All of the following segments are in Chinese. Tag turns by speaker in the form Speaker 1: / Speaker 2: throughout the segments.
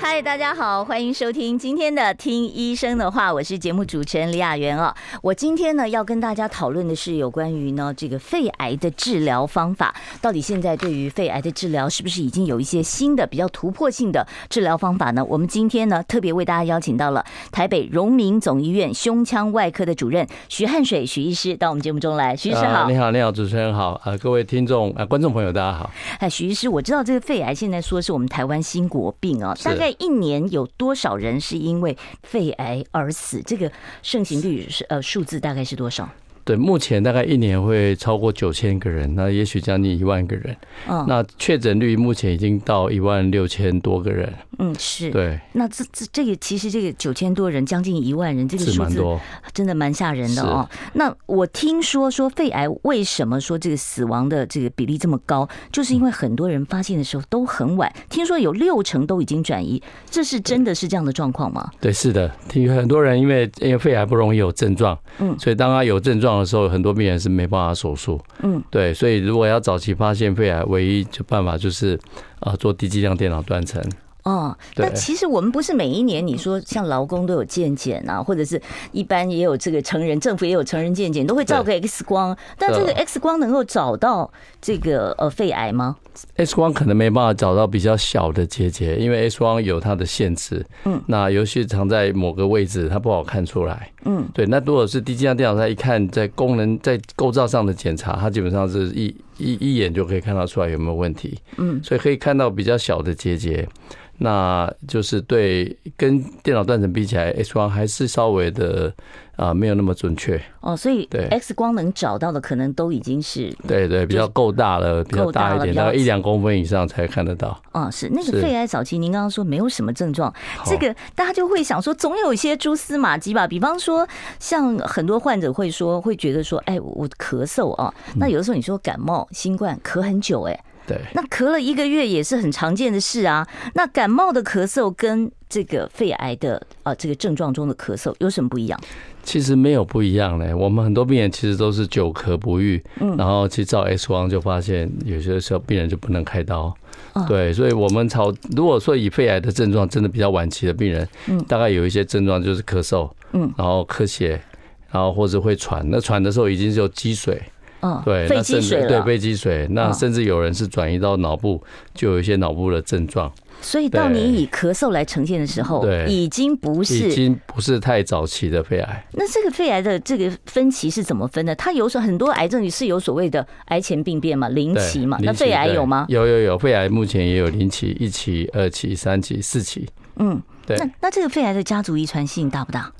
Speaker 1: 嗨，大家好，欢迎收听今天的《听医生的话》，我是节目主持人李雅媛哦。我今天呢要跟大家讨论的是有关于呢这个肺癌的治疗方法，到底现在对于肺癌的治疗是不是已经有一些新的比较突破性的治疗方法呢？我们今天呢特别为大家邀请到了台北荣民总医院胸腔外科的主任徐汉水徐医师到我们节目中来，徐医师
Speaker 2: 啊
Speaker 1: 好。
Speaker 2: 你好，你好，主持人好，啊，各位听众啊，观众朋友，大家好。
Speaker 1: 哎，徐医师，我知道这个肺癌现在说是我们台湾新国病啊，
Speaker 2: 是
Speaker 1: 大概一年有多少人是因为肺癌而死？这个盛行率是呃数字大概是多少？
Speaker 2: 对，目前大概一年会超过九千个人，那也许将近一万个人。
Speaker 1: 嗯
Speaker 2: 那确诊率目前已经到一万六千多个人，
Speaker 1: 嗯，是。
Speaker 2: 对，
Speaker 1: 那这这这个其实这个九千多人，将近一万人，这个
Speaker 2: 是
Speaker 1: 数
Speaker 2: 蛮
Speaker 1: 字
Speaker 2: 多。
Speaker 1: 真的蛮吓人的哦。那我听说说肺癌为什么说这个死亡的这个比例这么高，就是因为很多人发现的时候都很晚，听说有六成都已经转移，这是真的是这样的状况吗？
Speaker 2: 对，是的，听很多人因为因为肺癌不容易有症状，
Speaker 1: 嗯
Speaker 2: 所以当他有症状的时候，很多病人是没办法手术，
Speaker 1: 嗯，
Speaker 2: 对，所以如果要早期发现肺癌，唯一就办法就是啊做低剂量电脑断层，
Speaker 1: 哦，那
Speaker 2: 对
Speaker 1: 其实我们不是每一年，你说像劳工都有健检啊，或者是一般也有这个成人，政府也有成人健检，都会照个 X 光。但这个 X 光能够找到这个呃肺癌吗？
Speaker 2: X 光可能没办法找到比较小的结节，因为 X 光有它的限制。
Speaker 1: 嗯，
Speaker 2: 那尤其藏在某个位置，它不好看出来。
Speaker 1: 嗯，
Speaker 2: 对，那如果是低剂量电脑，它一看在功能在构造上的检查，它基本上是一一一眼就可以看到出来有没有问题。
Speaker 1: 嗯，
Speaker 2: 所以可以看到比较小的结节，那就是对跟电脑断层比起来，X 光还是稍微的啊、没有那么准确。
Speaker 1: 哦，所以
Speaker 2: 对
Speaker 1: X 光能找到的可能都已经是
Speaker 2: 对对，比较够大了，比较
Speaker 1: 够大
Speaker 2: 大
Speaker 1: 了
Speaker 2: 一点，
Speaker 1: 比较
Speaker 2: 大概一两公分以上才看得到。
Speaker 1: 哦，是那个
Speaker 2: 是
Speaker 1: 肺癌早期，您刚刚说没有什么症状，这个大家就会想说，总有一些蛛丝马迹吧。比方说，像很多患者会说，会觉得说，哎，我我咳嗽啊，
Speaker 2: 嗯
Speaker 1: 那有的时候你说感冒、新冠咳很久、哎。
Speaker 2: 对。
Speaker 1: 那咳了一个月也是很常见的事啊。那感冒的咳嗽跟这个肺癌的啊、呃这个症状中的咳嗽有什么不一样？
Speaker 2: 其实没有不一样嘞，我们很多病人其实都是久咳不愈，
Speaker 1: 嗯
Speaker 2: 然后去照 X 光就发现，有些时候病人就不能开刀。
Speaker 1: 哦
Speaker 2: 对，所以我们朝如果说以肺癌的症状真的比较晚期的病人，大概有一些症状就是咳嗽，
Speaker 1: 嗯
Speaker 2: 然后咳血，然后或者会喘，那喘的时候已经是有积水，
Speaker 1: 嗯，
Speaker 2: 对，
Speaker 1: 肺
Speaker 2: 那
Speaker 1: 积
Speaker 2: 甚
Speaker 1: 水
Speaker 2: 至对
Speaker 1: 了，
Speaker 2: 肺积水，那
Speaker 1: 哦
Speaker 2: 甚至有人是转移到脑部，就有一些脑部的症状，
Speaker 1: 所以到你
Speaker 2: 对
Speaker 1: 以咳嗽来呈现的时候，
Speaker 2: 对
Speaker 1: 已经不
Speaker 2: 已
Speaker 1: 是。
Speaker 2: 经不是太早期的肺癌。
Speaker 1: 那这个肺癌的这个分期是怎么分的？它有所很多癌症是有所谓的癌前病变嘛，零
Speaker 2: 对
Speaker 1: 期嘛。那
Speaker 2: 零期
Speaker 1: 肺癌
Speaker 2: 对
Speaker 1: 有吗？
Speaker 2: 有有有，肺癌目前也有零期、一期、二期、三期、四期。
Speaker 1: 嗯，
Speaker 2: 对，
Speaker 1: 那那这个肺癌的家族遗传性大不大？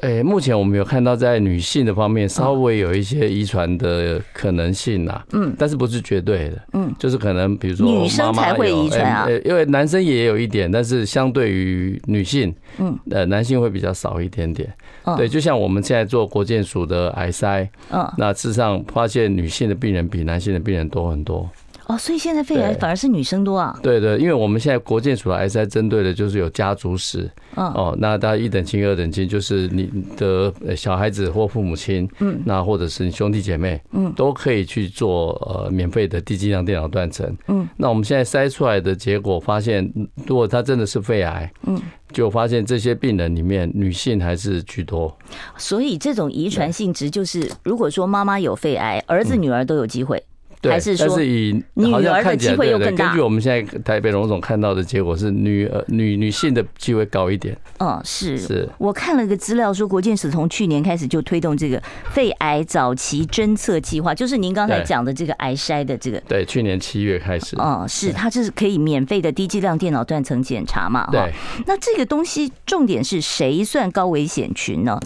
Speaker 2: 诶、目前我们有看到在女性的方面稍微有一些遗传的可能性啦、嗯，但是不是绝对的，
Speaker 1: 嗯，
Speaker 2: 就是可能比如说
Speaker 1: 女生
Speaker 2: 妈妈
Speaker 1: 才会
Speaker 2: 有
Speaker 1: 遗传啊
Speaker 2: 诶诶因为男生也有一点，但是相对于女性，
Speaker 1: 嗯，
Speaker 2: 呃，男性会比较少一点点。
Speaker 1: 嗯
Speaker 2: 对，就像我们现在做国健署的癌筛，
Speaker 1: 嗯，
Speaker 2: 那事实上发现女性的病人比男性的病人多很多。
Speaker 1: 哦，所以现在肺癌
Speaker 2: 对
Speaker 1: 反而是女生多啊。
Speaker 2: 对对，因为我们现在国健署的癌筛针对的就是有家族史，
Speaker 1: 嗯
Speaker 2: 哦，那大家一等亲、二等亲，就是你的呃小孩子或父母亲，嗯，那或者是你兄弟姐妹，嗯，都可以去做呃免费的低剂量电脑断层，嗯，那我们现在筛出来的结果发现，如果他真的是肺癌，嗯，就发现这些病人里面女性还是居多，
Speaker 1: 所以这种遗传性质就是，如果说妈妈有肺癌，儿
Speaker 2: 嗯
Speaker 1: 子女儿都有机会。
Speaker 2: 对，
Speaker 1: 还是说
Speaker 2: 但是以
Speaker 1: 女
Speaker 2: 好
Speaker 1: 儿
Speaker 2: 像
Speaker 1: 的
Speaker 2: 看起
Speaker 1: 机
Speaker 2: 来
Speaker 1: 会
Speaker 2: 对
Speaker 1: 又
Speaker 2: 对
Speaker 1: 更大
Speaker 2: 根据我们现在台北荣总看到的结果是女呃女女性的机会高一点，
Speaker 1: 嗯，是。
Speaker 2: 是。
Speaker 1: 我看了个资料说，国健署从去年开始就推动这个肺癌早期侦测计划，就是您刚才
Speaker 2: 对
Speaker 1: 讲的这个癌筛的这个。
Speaker 2: 对，去年七月开始。
Speaker 1: 嗯，是，它就是可以免费的低剂量电脑断层检查嘛，哈
Speaker 2: 对，
Speaker 1: 那这个东西重点是谁算高危险群呢？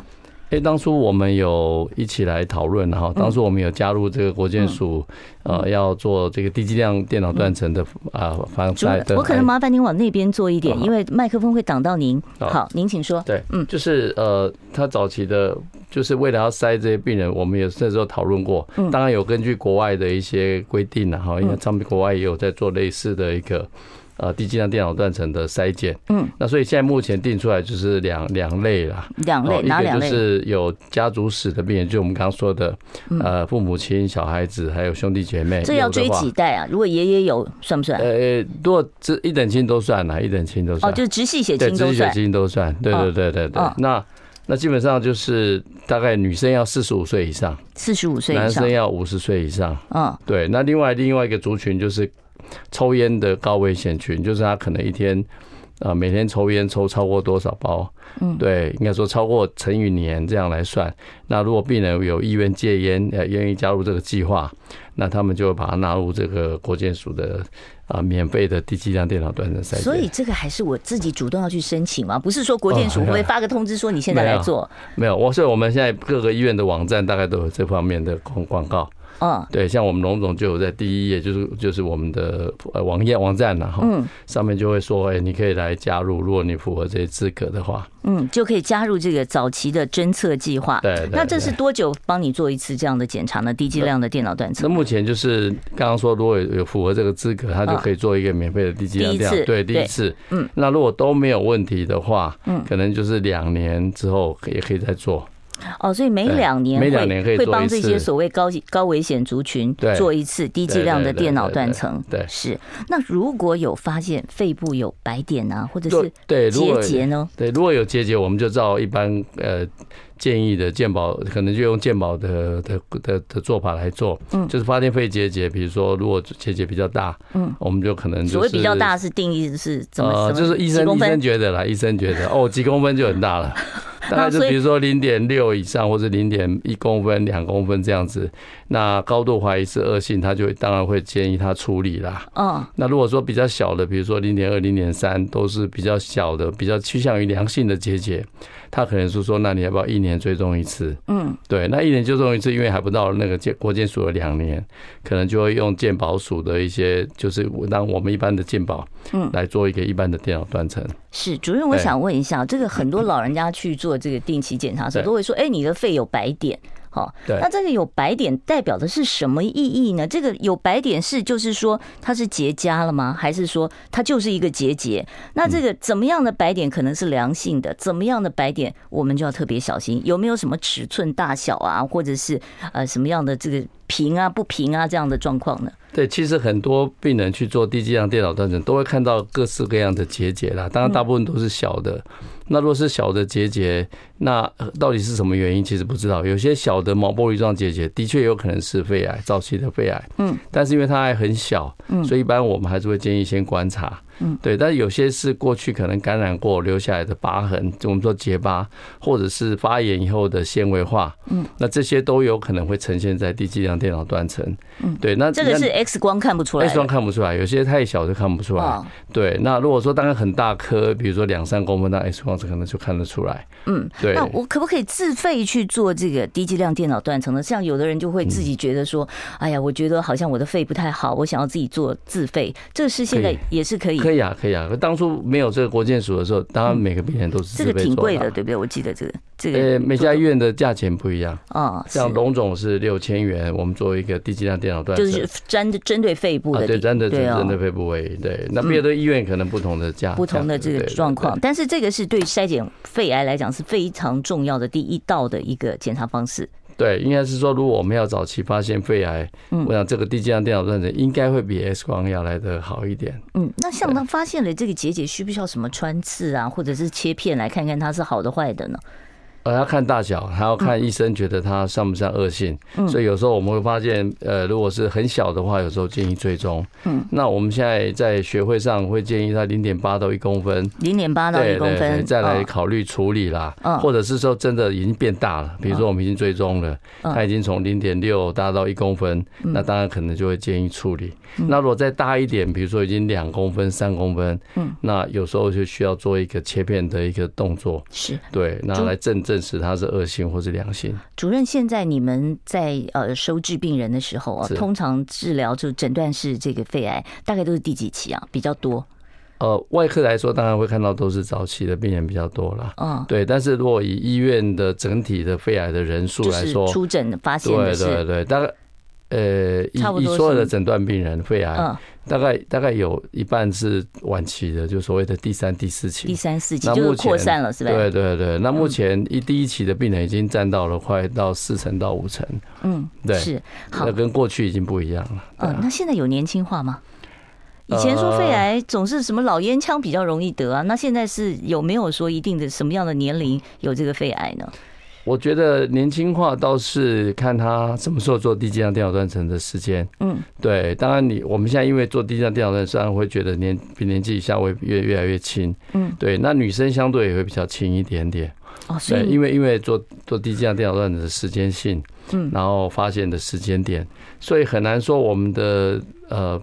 Speaker 2: 哎、当初我们有一起来讨论，然
Speaker 1: 嗯
Speaker 2: 后当初我们有加入这个国建署，呃，要做这个低剂量电脑断层的啊防
Speaker 1: 主
Speaker 2: 晒的。
Speaker 1: 我可能麻烦您往那边坐一点，
Speaker 2: 好
Speaker 1: 因为麦克风会挡到您。
Speaker 2: 好
Speaker 1: 好，您请说。
Speaker 2: 哎对，
Speaker 1: 嗯
Speaker 2: 就是呃，他早期的，就是为了要筛这些病人，我们也那时候讨论过，
Speaker 1: 嗯
Speaker 2: 当然有根据国外的一些规定然后因为他们国外也有在做类似的一个。呃，低剂量电脑断层的筛检，
Speaker 1: 嗯，
Speaker 2: 那所以现在目前定出来就是两两类啦，
Speaker 1: 两类
Speaker 2: 哦
Speaker 1: 哪两
Speaker 2: 一个
Speaker 1: 类
Speaker 2: 就是有家族史的病人，就我们刚刚说的，呃，父母亲、小孩子，还有兄弟姐妹，
Speaker 1: 嗯这要追
Speaker 2: 有的话
Speaker 1: 几代啊？如果爷爷有算不算？
Speaker 2: 呃，如果这一等亲都算啦，一等亲都
Speaker 1: 哦，
Speaker 2: 算，
Speaker 1: 就是直系血
Speaker 2: 对，
Speaker 1: 亲
Speaker 2: 直
Speaker 1: 都
Speaker 2: 系血
Speaker 1: 算。
Speaker 2: 亲都算，对
Speaker 1: 嗯
Speaker 2: 对对对对。
Speaker 1: 嗯
Speaker 2: 那那基本上就是大概女生要四十五岁以上，
Speaker 1: 四十五岁以
Speaker 2: 男
Speaker 1: 上
Speaker 2: 生，要五十岁以上。
Speaker 1: 嗯，
Speaker 2: 对，那另外另外一个族群就是抽烟的高危险群，就是他可能一天。啊，每天抽烟抽超过多少包？嗯，对，应该说超过乘以年这样来算。那如果病人有意愿戒烟，呃，愿意加入这个计划，那他们就会把它纳入这个国健署的啊免费的低剂量电脑断层筛检。
Speaker 1: 所以这个还是我自己主动要去申请嘛，不是说国建署
Speaker 2: 哦
Speaker 1: 会不
Speaker 2: 没
Speaker 1: 会
Speaker 2: 有
Speaker 1: 发个通知说你现在来做？
Speaker 2: 没有，我所以我们现在各个医院的网站大概都有这方面的广广告。
Speaker 1: 嗯，
Speaker 2: 对，像我们龙总就有在第一页，就是就是我们的呃网页网站然后
Speaker 1: 嗯
Speaker 2: 上面就会说，哎、你可以来加入，如果你符合这些资格的话，
Speaker 1: 嗯，就可以加入这个早期的侦测计划。
Speaker 2: 对对
Speaker 1: 那这是
Speaker 2: 对
Speaker 1: 多久帮你做一次这样的检查呢？低剂量的电脑断
Speaker 2: 那
Speaker 1: 层。
Speaker 2: 目前就是刚刚说，如果有有符合这个资格，他就可以做一个免费的低剂量
Speaker 1: 啊第一
Speaker 2: 调
Speaker 1: 次
Speaker 2: 对，第
Speaker 1: 对
Speaker 2: 一次。
Speaker 1: 嗯，
Speaker 2: 那如果都没有问题的话，嗯，可能就是两年之后可以也可以再做。
Speaker 1: 哦，所以每
Speaker 2: 对
Speaker 1: 两年
Speaker 2: 每
Speaker 1: 会
Speaker 2: 两年可以
Speaker 1: 会
Speaker 2: 做
Speaker 1: 帮
Speaker 2: 一
Speaker 1: 这些
Speaker 2: 次
Speaker 1: 所谓高高危险族群
Speaker 2: 对
Speaker 1: 做一次低剂量的
Speaker 2: 对对对
Speaker 1: 电脑
Speaker 2: 对
Speaker 1: 断
Speaker 2: 对
Speaker 1: 层。
Speaker 2: 对
Speaker 1: 是。那如果有发现肺部有白点啊，或者
Speaker 2: 对
Speaker 1: 是
Speaker 2: 对，如
Speaker 1: 结
Speaker 2: 果
Speaker 1: 节呢？
Speaker 2: 对，如果有结节，我们就照一般呃建议的健保，可能就用健保的的的的做法来做。嗯，就是发电费结节，比如说如果结节比较大，嗯，我们就可能就是
Speaker 1: 所谓比较大是定义是怎么？
Speaker 2: 呃，
Speaker 1: 怎么
Speaker 2: 就是医
Speaker 1: 几
Speaker 2: 生
Speaker 1: 公
Speaker 2: 医
Speaker 1: 分
Speaker 2: 生觉得啦，医 生觉得哦，几公分就很大了，大概就
Speaker 1: 所以
Speaker 2: 比如说零点六以上，或者零点一公分、两公分这样子。那高度怀疑是恶性，他就当然会建议他处理啦。
Speaker 1: 嗯，
Speaker 2: 那如果说比较小的，比如说零点二、零点三，都是比较小的，比较趋向于良性的结节，他可能是说，那你要不要一年追踪一次？嗯，对，那一年追踪一次，因为还不到那个健国健署的两年，可能就会用健保署的一些，就是让我们一般的健保，嗯，来做一个一般的电脑断层。
Speaker 1: 是主任，我
Speaker 2: 对
Speaker 1: 想问一下，这个很多老人家去做这个定期检查的时候，
Speaker 2: 对
Speaker 1: 都会说：“哎、你的肺有白点。”好，
Speaker 2: 对
Speaker 1: 那这个有白点代表的是什么意义呢？这个有白点是就是说它是结痂了吗？还是说它就是一个结节？那这
Speaker 2: 嗯
Speaker 1: 个怎么样的白点可能是良性的？怎么样的白点我们就要特别小心？有没有什么尺寸大小啊，或者是呃什么样的这个平啊不平啊这样的状况呢？
Speaker 2: 对，其实很多病人去做低剂量电脑断层，都会看到各式各样的结节啦。当然，大部分都是小的。那如果是小的结节，那呃到底是什么原因？其实不知道。有些小的毛玻璃状结节的确有可能是肺癌早期的肺癌，嗯，但是因为它还很小，嗯，所以一般我们还是会建议先观察，嗯，对。但是有些是过去可能感染过留下来的疤痕，就我们说结疤，或者是发炎以后的纤维化，嗯，那这些都有可能会呈现在低剂量电脑断层，嗯，对。那
Speaker 1: 这个是
Speaker 2: 那
Speaker 1: X 光看不出来
Speaker 2: X 光
Speaker 1: 的。
Speaker 2: 看不出来，有些太小就看不出来。
Speaker 1: 哦
Speaker 2: 对，那如果说当然很大颗，比如说两三公分，那 X 光是可能就看得出来。
Speaker 1: 嗯，
Speaker 2: 对
Speaker 1: 那我可不可以自费去做这个低剂量电脑断层呢？像有的人就会
Speaker 2: 嗯
Speaker 1: 自己觉得说，哎呀，我觉得好像我的肺不太好，我想要自己做自费，这是现在
Speaker 2: 可以
Speaker 1: 也是可以，
Speaker 2: 可以啊，可以啊。当初没有这个国健署的时候，当然每个病人都是
Speaker 1: 嗯这
Speaker 2: 自
Speaker 1: 个
Speaker 2: 费
Speaker 1: 挺
Speaker 2: 做
Speaker 1: 贵
Speaker 2: 啊
Speaker 1: 的，。对不对？我记得这个这个，
Speaker 2: 呃，每家医院的价钱不一样，
Speaker 1: 啊，是
Speaker 2: 像龙总是六千元，我们做一个低剂量电脑断层，
Speaker 1: 就是针针对肺部
Speaker 2: 啊，
Speaker 1: 的地，
Speaker 2: 对，真的是
Speaker 1: 对哦
Speaker 2: 针对肺部位，对。那别的医院可能不同的价，
Speaker 1: 不同的
Speaker 2: 价
Speaker 1: 这
Speaker 2: 格
Speaker 1: 个
Speaker 2: 对对
Speaker 1: 状况
Speaker 2: 对，
Speaker 1: 但是这个是对筛检肺癌来讲是非常重要的第一道的一个检查方式。
Speaker 2: 对，应该是说，如果我们要早期发现肺癌，
Speaker 1: 嗯
Speaker 2: 我想这个低剂量电脑断层应该会比 X 光要来的好一点。
Speaker 1: 嗯，那像他发现了这个结节，需不需要什么穿刺啊，或者是切片来看看它是好的坏的呢？
Speaker 2: 呃，要看大小，还要
Speaker 1: 嗯
Speaker 2: 看医生觉得它算不算恶性。所以有时候我们会发现，呃，如果是很小的话，有时候建议追踪。嗯，那我们现在在学会上会建议它零点八到一公分。
Speaker 1: 零点八啊到一公分，
Speaker 2: 再来
Speaker 1: 哦
Speaker 2: 考虑处理啦，
Speaker 1: 嗯
Speaker 2: 或者是说真的已经变大了，比如说我们已经追踪了，
Speaker 1: 嗯
Speaker 2: 它已经从零点六大到一公分，那当然可能就会建议处理。
Speaker 1: 嗯
Speaker 2: 那如果再大一点，比如说已经两公分、三公
Speaker 1: 嗯
Speaker 2: 分，那有时候就需要做一个切片的一个动作，
Speaker 1: 是
Speaker 2: 对，那来正正证实它是恶性或是良性。
Speaker 1: 主任，现在你们在呃收治病人的时候啊，
Speaker 2: 是
Speaker 1: 通常治疗就诊断是这个肺癌，大概都是第几期啊？比较多，
Speaker 2: 呃，外科来说，当然会看到都是早期的病人比较多啦。
Speaker 1: 嗯，
Speaker 2: 对，但是如果以医院的整体的肺癌的人数
Speaker 1: 就
Speaker 2: 来
Speaker 1: 是
Speaker 2: 说，
Speaker 1: 出诊发现的
Speaker 2: 对
Speaker 1: 是，
Speaker 2: 对对，大概呃，以
Speaker 1: 差不
Speaker 2: 以
Speaker 1: 多
Speaker 2: 所有
Speaker 1: 是
Speaker 2: 的诊断病人肺癌，
Speaker 1: 嗯，
Speaker 2: 大概大概有一半是晚期的，就所谓的第三、第四期。
Speaker 1: 第三四期
Speaker 2: 那
Speaker 1: 就
Speaker 2: 目
Speaker 1: 是
Speaker 2: 前
Speaker 1: 扩散了，是吧？嗯
Speaker 2: 对对对，那目前一第一期的病人已经占到了快到四成到五成，
Speaker 1: 嗯，
Speaker 2: 对
Speaker 1: 是好
Speaker 2: 那，跟过去已经不一样了。
Speaker 1: 嗯，
Speaker 2: 对啊呃
Speaker 1: 那现在有年轻化吗？以前说肺癌总是什么老烟枪比较容易得啊，那现在是有没有说一定的什么样的年龄有这个肺癌呢？
Speaker 2: 我觉得年轻化倒是看他什么时候做低剂量电脑断层的时间。
Speaker 1: 嗯，
Speaker 2: 对，当然你我们现在因为做低剂量电脑断层，当然会觉得年比年纪相会越越来越轻。
Speaker 1: 嗯，
Speaker 2: 对，那女生相对也会比较轻一点点。
Speaker 1: 哦，所
Speaker 2: 对，
Speaker 1: 以
Speaker 2: 因为因为做做低剂量电脑断层的时间性，
Speaker 1: 嗯
Speaker 2: 然后发现的时间点，所以很难说我们的呃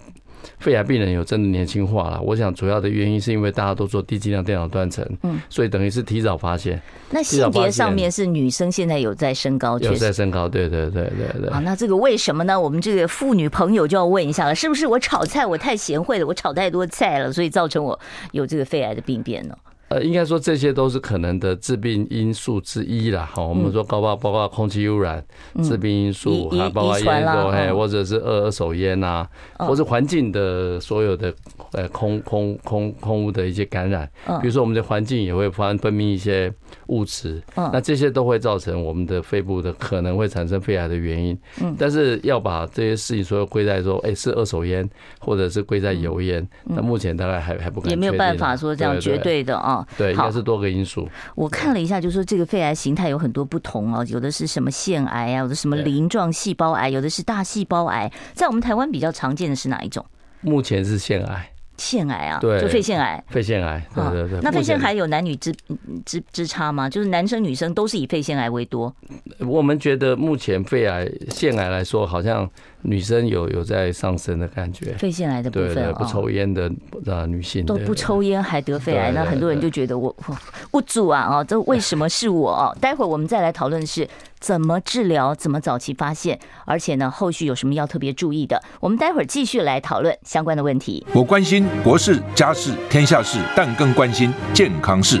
Speaker 2: 肺癌病人有真的年轻化了。我想主要的原因是因为大家都做低剂量电脑断层，
Speaker 1: 嗯，
Speaker 2: 所以等于是提早发现，
Speaker 1: 那
Speaker 2: 至少
Speaker 1: 性
Speaker 2: 发
Speaker 1: 别
Speaker 2: 现
Speaker 1: 上面是女生现在有在升高，
Speaker 2: 有
Speaker 1: 哦确
Speaker 2: 在
Speaker 1: 实。
Speaker 2: 升高。对对对对对
Speaker 1: 啊，。那这个为什么呢？我们这个妇女朋友就要问一下了，是不是我炒菜我太贤惠了，我炒太多菜了，所以造成我有这个肺癌的病变呢？
Speaker 2: 呃，应该说这些都是可能的致病因素之一啦。好，我们说高包包括空气污染、致病因素，
Speaker 1: 嗯遗
Speaker 2: 还包括
Speaker 1: 遗遗传
Speaker 2: 烟
Speaker 1: 啦
Speaker 2: 肉，哎，
Speaker 1: 嗯
Speaker 2: 或者是二二手烟呐，或是环境的所有的呃空空空空污的一些感染
Speaker 1: 嗯。
Speaker 2: 比如说我们的环境也会分分泌一些物质，
Speaker 1: 嗯
Speaker 2: 那这些都会造成我们的肺部的可能会产生肺癌的原因。
Speaker 1: 嗯
Speaker 2: 但是要把这些事情所有归在说，哎，是二手烟，或者是归在油烟，那目前大概还还不
Speaker 1: 嗯
Speaker 2: 敢
Speaker 1: 也没有
Speaker 2: 确定
Speaker 1: 办法说这样绝。对的啊。
Speaker 2: 对，应
Speaker 1: 好
Speaker 2: 该是多个因素。
Speaker 1: 我看了一下，就说这个肺癌形态有很多不同哦，有的是什么腺癌啊，有的什么
Speaker 2: 对
Speaker 1: 鳞状细胞癌，有的是大细胞癌。在我们台湾比较常见的是哪一种？
Speaker 2: 目前是腺癌，
Speaker 1: 腺癌啊，
Speaker 2: 对
Speaker 1: 就肺腺癌。啊
Speaker 2: 肺腺癌，对对对。
Speaker 1: 那肺腺
Speaker 2: 目前
Speaker 1: 癌有男女之嗯之之差吗？就是男生女生都是以肺腺癌为多。
Speaker 2: 我们觉得目前肺癌、腺癌来说，好像女生有有在上升的感觉。
Speaker 1: 肺腺癌的部
Speaker 2: 对
Speaker 1: 分
Speaker 2: 对，
Speaker 1: 啊，
Speaker 2: 不抽烟的呃女性
Speaker 1: 都
Speaker 2: 对
Speaker 1: 不
Speaker 2: 对
Speaker 1: 抽烟还得肺癌，
Speaker 2: 对
Speaker 1: 那
Speaker 2: 对
Speaker 1: 很多人
Speaker 2: 对
Speaker 1: 就觉得我我我主啊哦，这为什么是我哦？待会儿我们再来讨论是怎么治疗，怎么早期发现，而且呢后续有什么要特别注意的，我们待会儿继续来讨论相关的问题。
Speaker 3: 我关心国事、家事、天下事，但更关心健康事。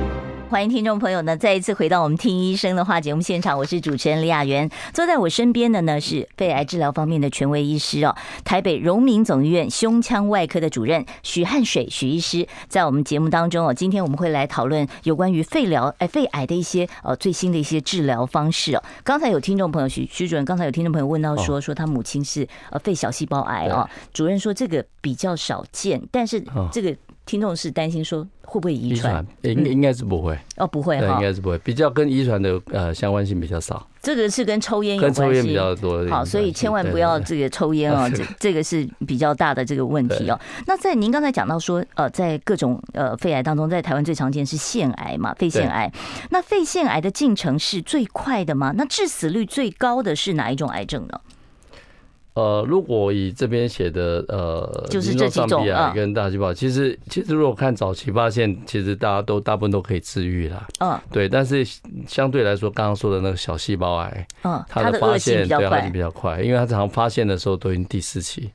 Speaker 1: 欢迎听众朋友呢，再一次回到我们听医生的话节目现场，我是主持人李雅媛。坐在我身边的呢是肺癌治疗方面的权威医师哦，台北荣民总医院胸腔外科的主任许汉水许医师，在我们节目当中哦，今天我们会来讨论有关于肺疗哎肺癌的一些呃最新的一些治疗方式哦。刚才有听众朋友许许主任，刚才有听众朋友问到说、说他母亲是呃肺小细胞癌哦，主任说这个比较少见，但是
Speaker 2: 哦
Speaker 1: 这个听众是担心说会不会遗
Speaker 2: 遗
Speaker 1: 传
Speaker 2: 传，应应该是不会，
Speaker 1: 哦？不会
Speaker 2: 对，
Speaker 1: 哈、
Speaker 2: 应该是不会，比较跟遗传的呃相关性比较少，
Speaker 1: 这个是跟抽烟有
Speaker 2: 跟
Speaker 1: 关系，
Speaker 2: 抽烟比较多的关系。
Speaker 1: 好，所以千万
Speaker 2: 对
Speaker 1: 不要
Speaker 2: 对
Speaker 1: 这个抽烟 哦，这这个是比较大的这个问题哦。那在您刚才讲到说，呃，在各种呃肺癌当中，在台湾最常见是腺癌嘛，肺腺癌。那肺腺癌的进程是最快的吗？那致死率最高的是哪一种癌症呢？
Speaker 2: 呃，如果以这边写的呃，
Speaker 1: 就是这几种
Speaker 2: 鳞状壁癌
Speaker 1: 嗯
Speaker 2: 啊跟大细胞，其实其实如果看早期发现，其实大家都大部分都可以治愈啦。
Speaker 1: 嗯
Speaker 2: 对，但是相对来说，刚刚说的那个小细胞癌，
Speaker 1: 嗯，
Speaker 2: 它
Speaker 1: 的
Speaker 2: 的
Speaker 1: 恶
Speaker 2: 发
Speaker 1: 性
Speaker 2: 现
Speaker 1: 比较
Speaker 2: 对它
Speaker 1: 快
Speaker 2: 是比，较快，因为它常发现的时候都已经第四期，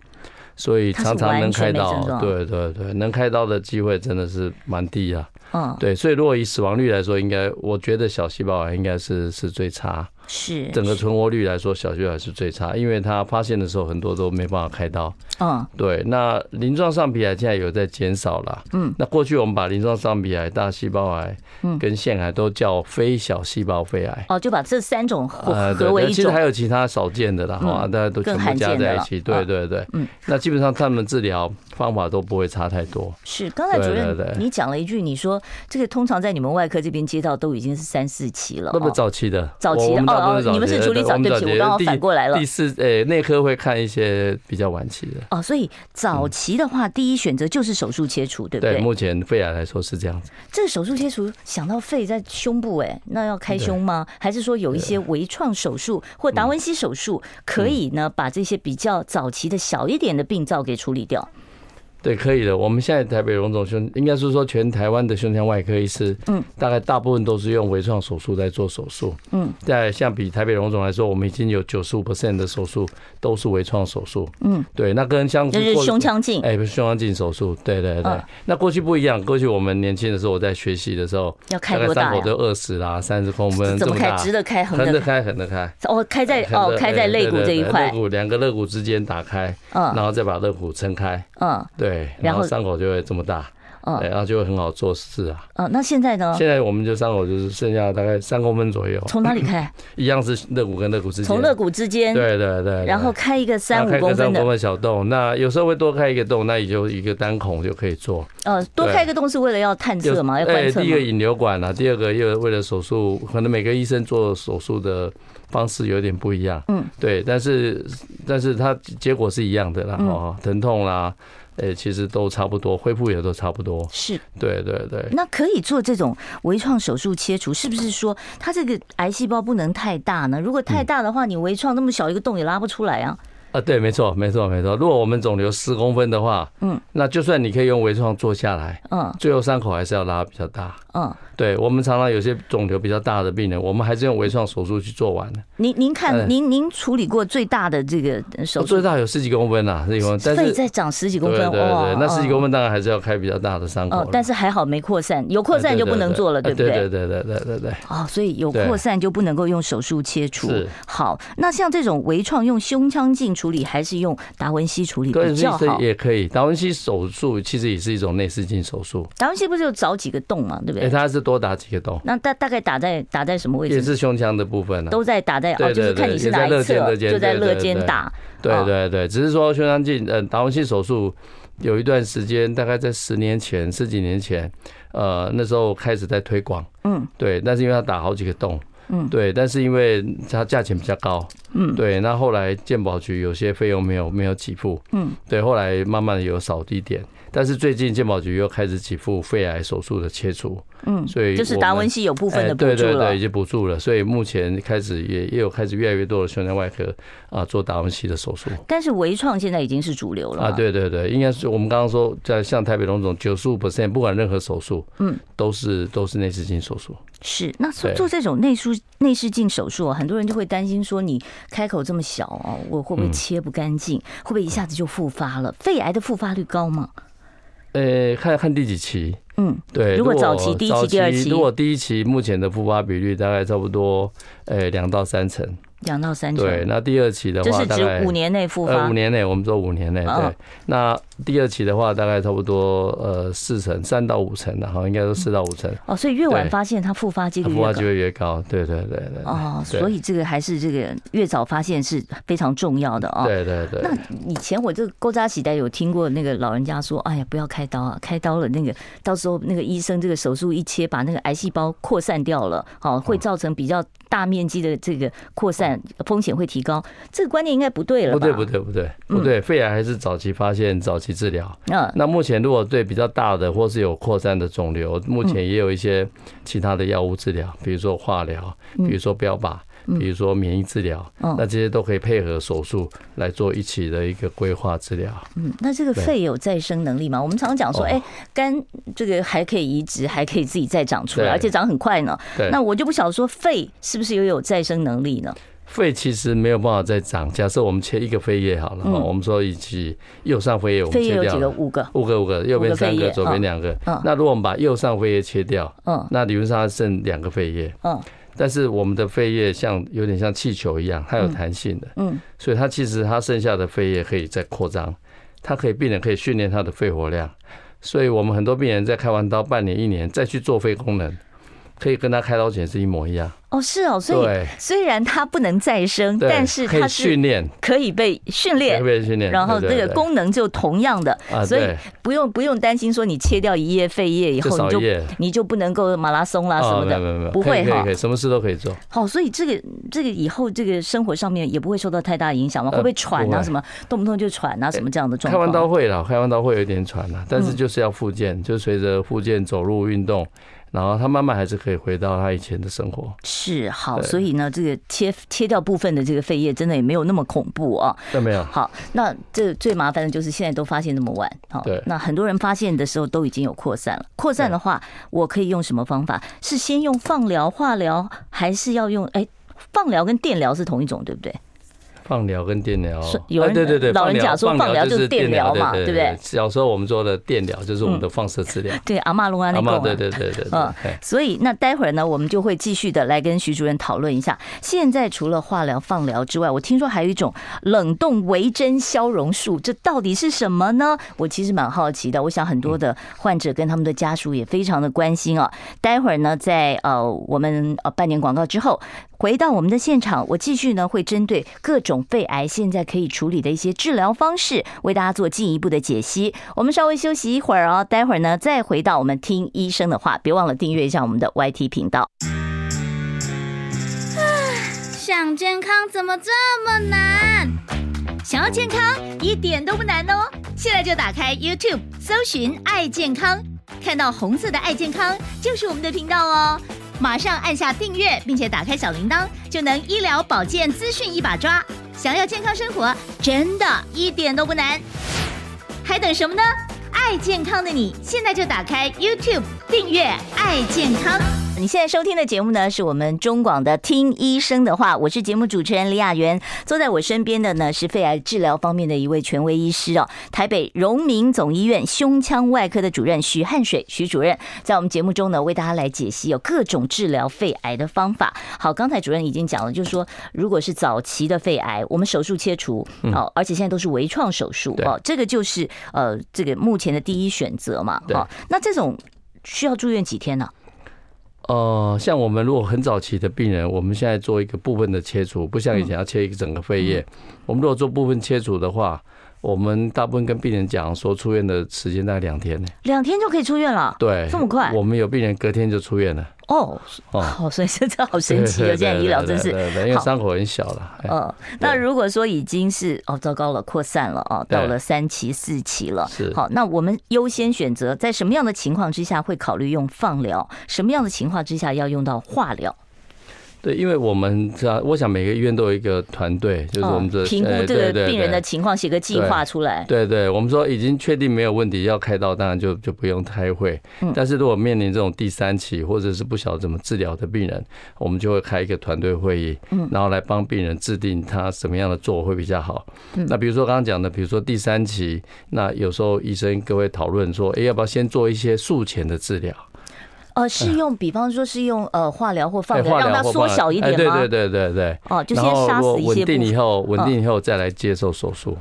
Speaker 2: 所以
Speaker 1: 它是
Speaker 2: 常常能
Speaker 1: 完全
Speaker 2: 开
Speaker 1: 没症状
Speaker 2: 到，对对对，能开到的机会真的是蛮低啊。
Speaker 1: 嗯，
Speaker 2: 对，所以如果以死亡率来说，应该我觉得小细胞癌应该是是最差，
Speaker 1: 是
Speaker 2: 整个存活率来说，小细胞癌是最差，因为它发现的时候很多都没办法开刀。
Speaker 1: 嗯
Speaker 2: 对，那鳞状上皮癌现在有在减少了。嗯，那过去我们把鳞状上皮癌、大细胞癌、
Speaker 1: 嗯
Speaker 2: 跟腺癌都叫非小细胞肺癌。
Speaker 1: 哦，就把这三种合
Speaker 2: 呃，对
Speaker 1: 合，为
Speaker 2: 那
Speaker 1: 一
Speaker 2: 其实
Speaker 1: 种
Speaker 2: 还。有其他少见的啦，哈、
Speaker 1: 嗯
Speaker 2: 大家都全
Speaker 1: 更
Speaker 2: 部
Speaker 1: 罕
Speaker 2: 加
Speaker 1: 见的
Speaker 2: 在一
Speaker 1: 了
Speaker 2: 起。
Speaker 1: 啊
Speaker 2: 对对对，
Speaker 1: 嗯，
Speaker 2: 那基本上他们治疗方法都不会差太多。
Speaker 1: 是，刚才主任
Speaker 2: 对对对
Speaker 1: 你讲了一句，你说这个通常在你们外科这边接到都已经是三四期了、哦，
Speaker 2: 那么早期的，
Speaker 1: 早期的
Speaker 2: 我我们大部
Speaker 1: 哦
Speaker 2: 分
Speaker 1: 哦
Speaker 2: 早期的
Speaker 1: 你们是处理早
Speaker 2: 我们
Speaker 1: 对不起我刚好
Speaker 2: 第
Speaker 1: 反过来了
Speaker 2: 第四，呃，内科会看一些比较晚期的，
Speaker 1: 哦，所以早期的话，第一选择就是手术切除，对不
Speaker 2: 嗯对，
Speaker 1: 对？
Speaker 2: 目前肺癌来说是这样子。
Speaker 1: 这个手术切除想到肺在胸部、哎，那要开胸吗？还是说有一些微创手术或
Speaker 2: 嗯
Speaker 1: 达文西手术可以呢，把这些比较早期的小一点的病灶给处理掉？
Speaker 2: 对，可以的。我们现在台北荣总胸，应该是说全台湾的胸腔外科医师，嗯，大概大部分都是用微创手术在做手术，嗯，在像比台北荣总来说，我们已经有九十五的手术都是微创手术，嗯，对，那跟相
Speaker 1: 就是胸腔镜
Speaker 2: 哎，不是胸腔镜手术，对对对
Speaker 1: 嗯。
Speaker 2: 那过去不一样，过去我们年轻的时候，我在学习的时候，
Speaker 1: 要开
Speaker 2: 大概
Speaker 1: 多大
Speaker 2: 伤口
Speaker 1: 呀
Speaker 2: 都二十啦，三十公分，
Speaker 1: 怎
Speaker 2: 这
Speaker 1: 么
Speaker 2: 么
Speaker 1: 开
Speaker 2: 大？
Speaker 1: 直的开横
Speaker 2: 横
Speaker 1: 的
Speaker 2: 着开，横着开。
Speaker 1: 哦，开在哦
Speaker 2: 横着
Speaker 1: 开在
Speaker 2: 哎
Speaker 1: 肋
Speaker 2: 对
Speaker 1: 骨
Speaker 2: 对
Speaker 1: 这一
Speaker 2: 对
Speaker 1: 块
Speaker 2: 肋，骨两个肋骨之间打开，
Speaker 1: 嗯
Speaker 2: 然后再把肋骨撑开，
Speaker 1: 嗯
Speaker 2: 对，
Speaker 1: 然
Speaker 2: 然
Speaker 1: 后
Speaker 2: 后伤口就会这么大，
Speaker 1: 嗯
Speaker 2: 对然后就会很好做事啊。
Speaker 1: 嗯，那现在呢？
Speaker 2: 现在我们就伤口就是剩下大概三公分左右，
Speaker 1: 从哪里开？
Speaker 2: 一样是肋骨跟肋骨之间，
Speaker 1: 从肋骨之间，
Speaker 2: 嗯对对对对，
Speaker 1: 然后开一个
Speaker 2: 然
Speaker 1: 三
Speaker 2: 后
Speaker 1: 五
Speaker 2: 开
Speaker 1: 公
Speaker 2: 个
Speaker 1: 分
Speaker 2: 三
Speaker 1: 的
Speaker 2: 公，分小洞，那有时候会多开一个洞，那也就一个单孔就可以做。
Speaker 1: 呃，多
Speaker 2: 对
Speaker 1: 开一个洞是为了要探测嘛，要观
Speaker 2: 哎，
Speaker 1: 测
Speaker 2: 第一个
Speaker 1: 嘛。
Speaker 2: 引流管啊，第二个又为了手术，可能每个医生做手术的方式有点不一样，
Speaker 1: 嗯，
Speaker 2: 对，但是但是它结果是一样的
Speaker 1: 嗯
Speaker 2: 啦，哦，疼痛啦，哎，其实都差不多，恢复也都差不多，
Speaker 1: 是，
Speaker 2: 对对对。
Speaker 1: 那可以做这种微创手术切除，是不是说它这个癌细胞不能太大呢？如果太大的话，你微创那么小一个洞也拉不出来啊。
Speaker 2: 啊，对，没错，没错，没错。如果我们肿瘤十公分的话，
Speaker 1: 嗯，
Speaker 2: 那就算你可以用微创做下来，
Speaker 1: 嗯
Speaker 2: 最后伤口还是要拉比较大。
Speaker 1: 嗯，
Speaker 2: 对我们常常有些肿瘤比较大的病人，我们还是用微创手术去做完的。
Speaker 1: 您您
Speaker 2: 哎
Speaker 1: 看，您您处理过最大的这个呃手
Speaker 2: 最
Speaker 1: 术，
Speaker 2: 大有十几公分啊，十几公分，但
Speaker 1: 肺
Speaker 2: 是
Speaker 1: 再长十几公
Speaker 2: 对
Speaker 1: 分，
Speaker 2: 对
Speaker 1: 哇
Speaker 2: 对，，那十几公
Speaker 1: 分。
Speaker 2: 分当然还是要开比较大的伤口
Speaker 1: 哦
Speaker 2: 了。，
Speaker 1: 但是还好没扩散，有扩散就不能做了，
Speaker 2: 哎对
Speaker 1: 对不
Speaker 2: 对？对对对对对对。
Speaker 1: 哦，所以有
Speaker 2: 对
Speaker 1: 扩散就不能够用手术切除
Speaker 2: 是。
Speaker 1: 好，那像这种微创用胸腔镜处理，还是用达文西处理
Speaker 2: 对，
Speaker 1: 比
Speaker 2: 其
Speaker 1: 较
Speaker 2: 实
Speaker 1: 好？
Speaker 2: 也可以。达文西手术其实也是一种内视镜手术，
Speaker 1: 达文西不是有找几个洞嘛，对不对？
Speaker 2: 哎，它是多打几个洞，
Speaker 1: 那大大概打在打在什么位
Speaker 2: 也
Speaker 1: 置？
Speaker 2: 是胸腔的部分啊呢。
Speaker 1: 都在打在哦，
Speaker 2: 对对
Speaker 1: 就是看
Speaker 2: 对
Speaker 1: 你是
Speaker 2: 也在
Speaker 1: 哪一
Speaker 2: 肋间
Speaker 1: 侧，
Speaker 2: 肋间
Speaker 1: 就在
Speaker 2: 对对
Speaker 1: 肋间
Speaker 2: 对
Speaker 1: 打。
Speaker 2: 对
Speaker 1: 哦
Speaker 2: 对对，只是说胸腔镜，呃，达文西手术有一段时间，大概在十年前、十几年前，呃，那时候开始在推广，
Speaker 1: 嗯，
Speaker 2: 对，但是因为它打好几个洞，
Speaker 1: 嗯
Speaker 2: 对，但是因为它价钱比较高，
Speaker 1: 嗯
Speaker 2: 对，那后来健保局有些费用没有没有给付，
Speaker 1: 嗯，
Speaker 2: 对，后来慢慢的有少一点，但是最近健保局又开始给付肺癌手术的切除，
Speaker 1: 嗯，
Speaker 2: 所以
Speaker 1: 就是
Speaker 2: 我
Speaker 1: 达
Speaker 2: 们
Speaker 1: 文西有部分
Speaker 2: 哎
Speaker 1: 的补
Speaker 2: 对
Speaker 1: 助
Speaker 2: 对
Speaker 1: 了
Speaker 2: 对，已。经补助了，所以目前开始也也有开始越来越多的胸腔外科啊做达文西的手术
Speaker 1: 但是微创现在已经是主流了
Speaker 2: 啊，
Speaker 1: 嘛，
Speaker 2: 对对对，应该是我们刚刚说在像台北龙总九十五 percent 不管任何手术，
Speaker 1: 嗯，
Speaker 2: 都是都是内视镜手术，
Speaker 1: 是那做
Speaker 2: 对
Speaker 1: 做这种内输内视镜手术、啊，很多人就会担心说，你开口这么小哦，我会不会切不干净？
Speaker 2: 嗯
Speaker 1: 会不会一下子就复发了？肺癌的复发率高吗？
Speaker 2: 呃，看看第几期，
Speaker 1: 嗯，
Speaker 2: 对，
Speaker 1: 如果早期第一期
Speaker 2: 早
Speaker 1: 第二期
Speaker 2: 如果第一期目前的复发比率大概差不多，呃，两到三成，
Speaker 1: 两到三成，
Speaker 2: 对，那第二期的
Speaker 1: 这
Speaker 2: 话
Speaker 1: 是
Speaker 2: 大
Speaker 1: 指
Speaker 2: 概
Speaker 1: 五。年内复
Speaker 2: 呃，
Speaker 1: 发
Speaker 2: 五。年内，我们说五年内，
Speaker 1: 嗯
Speaker 2: 对。那第二期的话，大概差不多呃四成，三到五成的哈，应该说四到五成。啊
Speaker 1: 哦，所以越晚
Speaker 2: 对
Speaker 1: 发现，它复发几率
Speaker 2: 复
Speaker 1: 嗯
Speaker 2: 发
Speaker 1: 越高
Speaker 2: 机。会越高。对对对对。
Speaker 1: 哦，
Speaker 2: 对
Speaker 1: 所以这个还是这个越早发现是非常重要的哦。
Speaker 2: 对对对
Speaker 1: 那，以前我这个勾扎喜代有听过那个老人家说，哎呀，不要开刀啊，开刀了那个到时候那个医生这个手术一切，把那个癌细胞扩散掉了，
Speaker 2: 哦
Speaker 1: 好、会造成比较大面积的这个扩散风险会提高。这个观念应该不对了吧？
Speaker 2: 哦不对不，对不对不对，肺癌还是早期发现、早期治疗。
Speaker 1: 嗯，
Speaker 2: 那目前如果对比较大的或是有扩散的肿瘤，目前也有一些其他的药物治靶，比如说化疗，比如说标靶。比如说免疫治疗，
Speaker 1: 嗯
Speaker 2: 那这些都可以配合手术来做一起的一个规划治疗。
Speaker 1: 嗯，那这个
Speaker 2: 对
Speaker 1: 肺有再生能力吗？我们常常讲说，
Speaker 2: 哦
Speaker 1: 哎、肝这个还可以移植，还可以自己再长出来，
Speaker 2: 对
Speaker 1: 而且长很快呢。
Speaker 2: 对，
Speaker 1: 那我就不晓得说肺是不是也有再生能力呢？
Speaker 2: 肺其实没有办法再长。假设我们切一个肺叶好了，
Speaker 1: 嗯
Speaker 2: 哈我们说以及右上肺叶我们
Speaker 1: 肺
Speaker 2: 切
Speaker 1: 也有
Speaker 2: 掉
Speaker 1: 几个？
Speaker 2: 了
Speaker 1: 五个。
Speaker 2: 五个五个，右边三
Speaker 1: 五个肺
Speaker 2: 个，
Speaker 1: 叶
Speaker 2: 左边两个
Speaker 1: 嗯。
Speaker 2: 那如果我们把右上肺叶切掉，
Speaker 1: 嗯
Speaker 2: 那理论上它剩两个肺叶。
Speaker 1: 嗯
Speaker 2: 但是我们的肺叶像有点像气球一样，它有弹性的，
Speaker 1: 嗯，
Speaker 2: 所以它其实它剩下的肺叶可以再扩张，它可以病人可以训练他的肺活量。所以我们很多病人在开完刀半年一年再去做肺功能，可以跟他开刀前是一模一样。
Speaker 1: 哦，是哦，所以
Speaker 2: 对
Speaker 1: 虽然它不能再生，
Speaker 2: 对，
Speaker 1: 但是
Speaker 2: 可
Speaker 1: 它
Speaker 2: 以
Speaker 1: 是
Speaker 2: 训练，
Speaker 1: 可以被训
Speaker 2: 可
Speaker 1: 练
Speaker 2: 以。被训练，
Speaker 1: 然后
Speaker 2: 对
Speaker 1: 这个。功能就同样的，
Speaker 2: 啊
Speaker 1: 所以
Speaker 2: 对
Speaker 1: 不用不用担心说你切掉一页肺叶以
Speaker 2: 就
Speaker 1: 后你
Speaker 2: 少
Speaker 1: 就
Speaker 2: 一页
Speaker 1: 你就不能够马拉松啦
Speaker 2: 对
Speaker 1: 啊什么
Speaker 2: 哦，没
Speaker 1: 的，
Speaker 2: 有没有没有，
Speaker 1: 不
Speaker 2: 可
Speaker 1: 会
Speaker 2: 以可以
Speaker 1: 哈
Speaker 2: 可。以，什么事都可以做。
Speaker 1: 好，所以这个这个以后这个生活上面也不会受到太大影响嘛？会不会喘
Speaker 2: 呃不
Speaker 1: 啊？
Speaker 2: 会
Speaker 1: 什么动不动就喘啊？什么这样的状
Speaker 2: 开完
Speaker 1: 况？嗯
Speaker 2: 刀会了，开完刀会有一点喘了，但是就是要复健，就随着复健走路运动，然后他慢慢还是可以回到他以前的生活，
Speaker 1: 是好，
Speaker 2: 对
Speaker 1: 所以呢，这个切切掉部分的这个肺叶，真的也没有那么恐怖啊。
Speaker 2: 但没有。
Speaker 1: 好，那这最麻烦的就是现在都发现那么晚，好
Speaker 2: 对，
Speaker 1: 那很多人发现的时候都已经有扩散了。扩散的话，我可以用什么方法？是先用放疗、化疗，还是要用？哎，放疗跟电疗是同一种，对不对？
Speaker 2: 放疗跟电疗
Speaker 1: 是，有人
Speaker 2: 啊对对对，
Speaker 1: 老人
Speaker 2: 放疗
Speaker 1: 讲说放疗就是
Speaker 2: 是
Speaker 1: 电疗嘛
Speaker 2: 对
Speaker 1: 对不对
Speaker 2: 小时候我们做的电疗就是我们的放射治疗，
Speaker 1: 对，阿妈龙安那
Speaker 2: 阿
Speaker 1: 个
Speaker 2: 妈
Speaker 1: 啊，
Speaker 2: 对对对对对，
Speaker 1: 嗯
Speaker 2: 哎
Speaker 1: 所以那待会儿呢，我们就会继续的来跟徐主任讨论一下。现在除了化疗、放疗之外，我听说还有一种冷冻微针消融术，这到底是什么呢？我其实蛮好奇的，我想很多的患者跟他们的家属也非常的关心啊。待会儿呢，在呃我们呃半年广告之后。回到我们的现场，我继续呢会针对各种肺癌现在可以处理的一些治疗方式，为大家做进一步的解析。我们稍微休息一会儿哦，待会儿呢再回到我们听医生的话，别忘了订阅一下我们的 YT 频道。
Speaker 4: 想健康怎么这么难？
Speaker 5: 想要健康一点都不难哦，现在就打开 YouTube 搜寻“爱健康”，看到红色的“爱健康”就是我们的频道哦。马上按下订阅，并且打开小铃铛，就能医疗保健资讯一把抓。想要健康生活，真的一点都不难，还等什么呢？爱健康的你，现在就打开 YouTube 订阅“爱健康”。
Speaker 1: 你现在收听的节目呢，是我们中广的《听医生的话》，我是节目主持人李雅媛。坐在我身边的呢是肺癌治疗方面的一位权威医师哦，台北荣民总医院胸腔外科的主任徐汉水徐主任，在我们节目中呢为大家来解析有各种治疗肺癌的方法。好，刚才主任已经讲了，就是说如果是早期的肺癌，我们手术切除哦，而且现在都是微创手术
Speaker 2: 嗯对
Speaker 1: 哦，这个就是呃这个目前的第一选择嘛。
Speaker 2: 对
Speaker 1: 哦，那这种需要住院几天呢、
Speaker 2: 呃，像我们如果很早期的病人，我们现在做一个部分的切除，不像以前要切一个整个肺叶。
Speaker 1: 嗯
Speaker 2: 我们如果做部分切除的话，我们大部分跟病人讲说出院的时间大概两天。
Speaker 1: 两天就可以出院了，
Speaker 2: 对，
Speaker 1: 这么快
Speaker 2: 我们有病人隔天就出院了。
Speaker 1: 哦，
Speaker 2: 哦
Speaker 1: 好，所以这这好神奇哦，
Speaker 2: 对对
Speaker 1: 现在医疗
Speaker 2: 对
Speaker 1: 真
Speaker 2: 对
Speaker 1: 是
Speaker 2: 对对因为
Speaker 1: 好。
Speaker 2: 伤口很小了。哎
Speaker 1: 嗯，那如果说已经是哦，糟糕了，扩散了哦，
Speaker 2: 对
Speaker 1: 到了三期、四期了。
Speaker 2: 是
Speaker 1: 好，那我们优先选择在什么样的情况之下会考虑用放疗？什么样的情况之下要用到化疗？
Speaker 2: 对，因为我们知道，我想每个医院都有一个团队，就是我们
Speaker 1: 嗯
Speaker 2: 的
Speaker 1: 评
Speaker 2: 哎
Speaker 1: 估
Speaker 2: 对
Speaker 1: 这
Speaker 2: 对
Speaker 1: 个病人的
Speaker 2: 对
Speaker 1: 情况，写个计划出来。
Speaker 2: 对对，我们说已经确定没有问题要开刀，当然就就不用开会。
Speaker 1: 嗯
Speaker 2: 但是如果面临这种第三期或者是不晓得怎么治疗的病人，我们就会开一个团队会议，
Speaker 1: 嗯
Speaker 2: 然后来帮病人制定他什么样的做会比较好。
Speaker 1: 嗯
Speaker 2: 那比如说刚刚讲的，比如说第三期，那有时候医生各位讨论说，哎，要不要先做一些术前的治疗？
Speaker 1: 呃，是用，比方说是用呃化疗或放
Speaker 2: 哎
Speaker 1: 疗，
Speaker 2: 化
Speaker 1: 让它缩
Speaker 2: 或放疗
Speaker 1: 小一
Speaker 2: 哎
Speaker 1: 点吗？
Speaker 2: 对对对对对。
Speaker 1: 哦，就
Speaker 2: 然
Speaker 1: 先
Speaker 2: 后
Speaker 1: 杀
Speaker 2: 如果
Speaker 1: 死一些
Speaker 2: 稳定
Speaker 1: 部
Speaker 2: 以
Speaker 1: 分。
Speaker 2: 后，稳
Speaker 1: 嗯
Speaker 2: 定以后再来接受手术。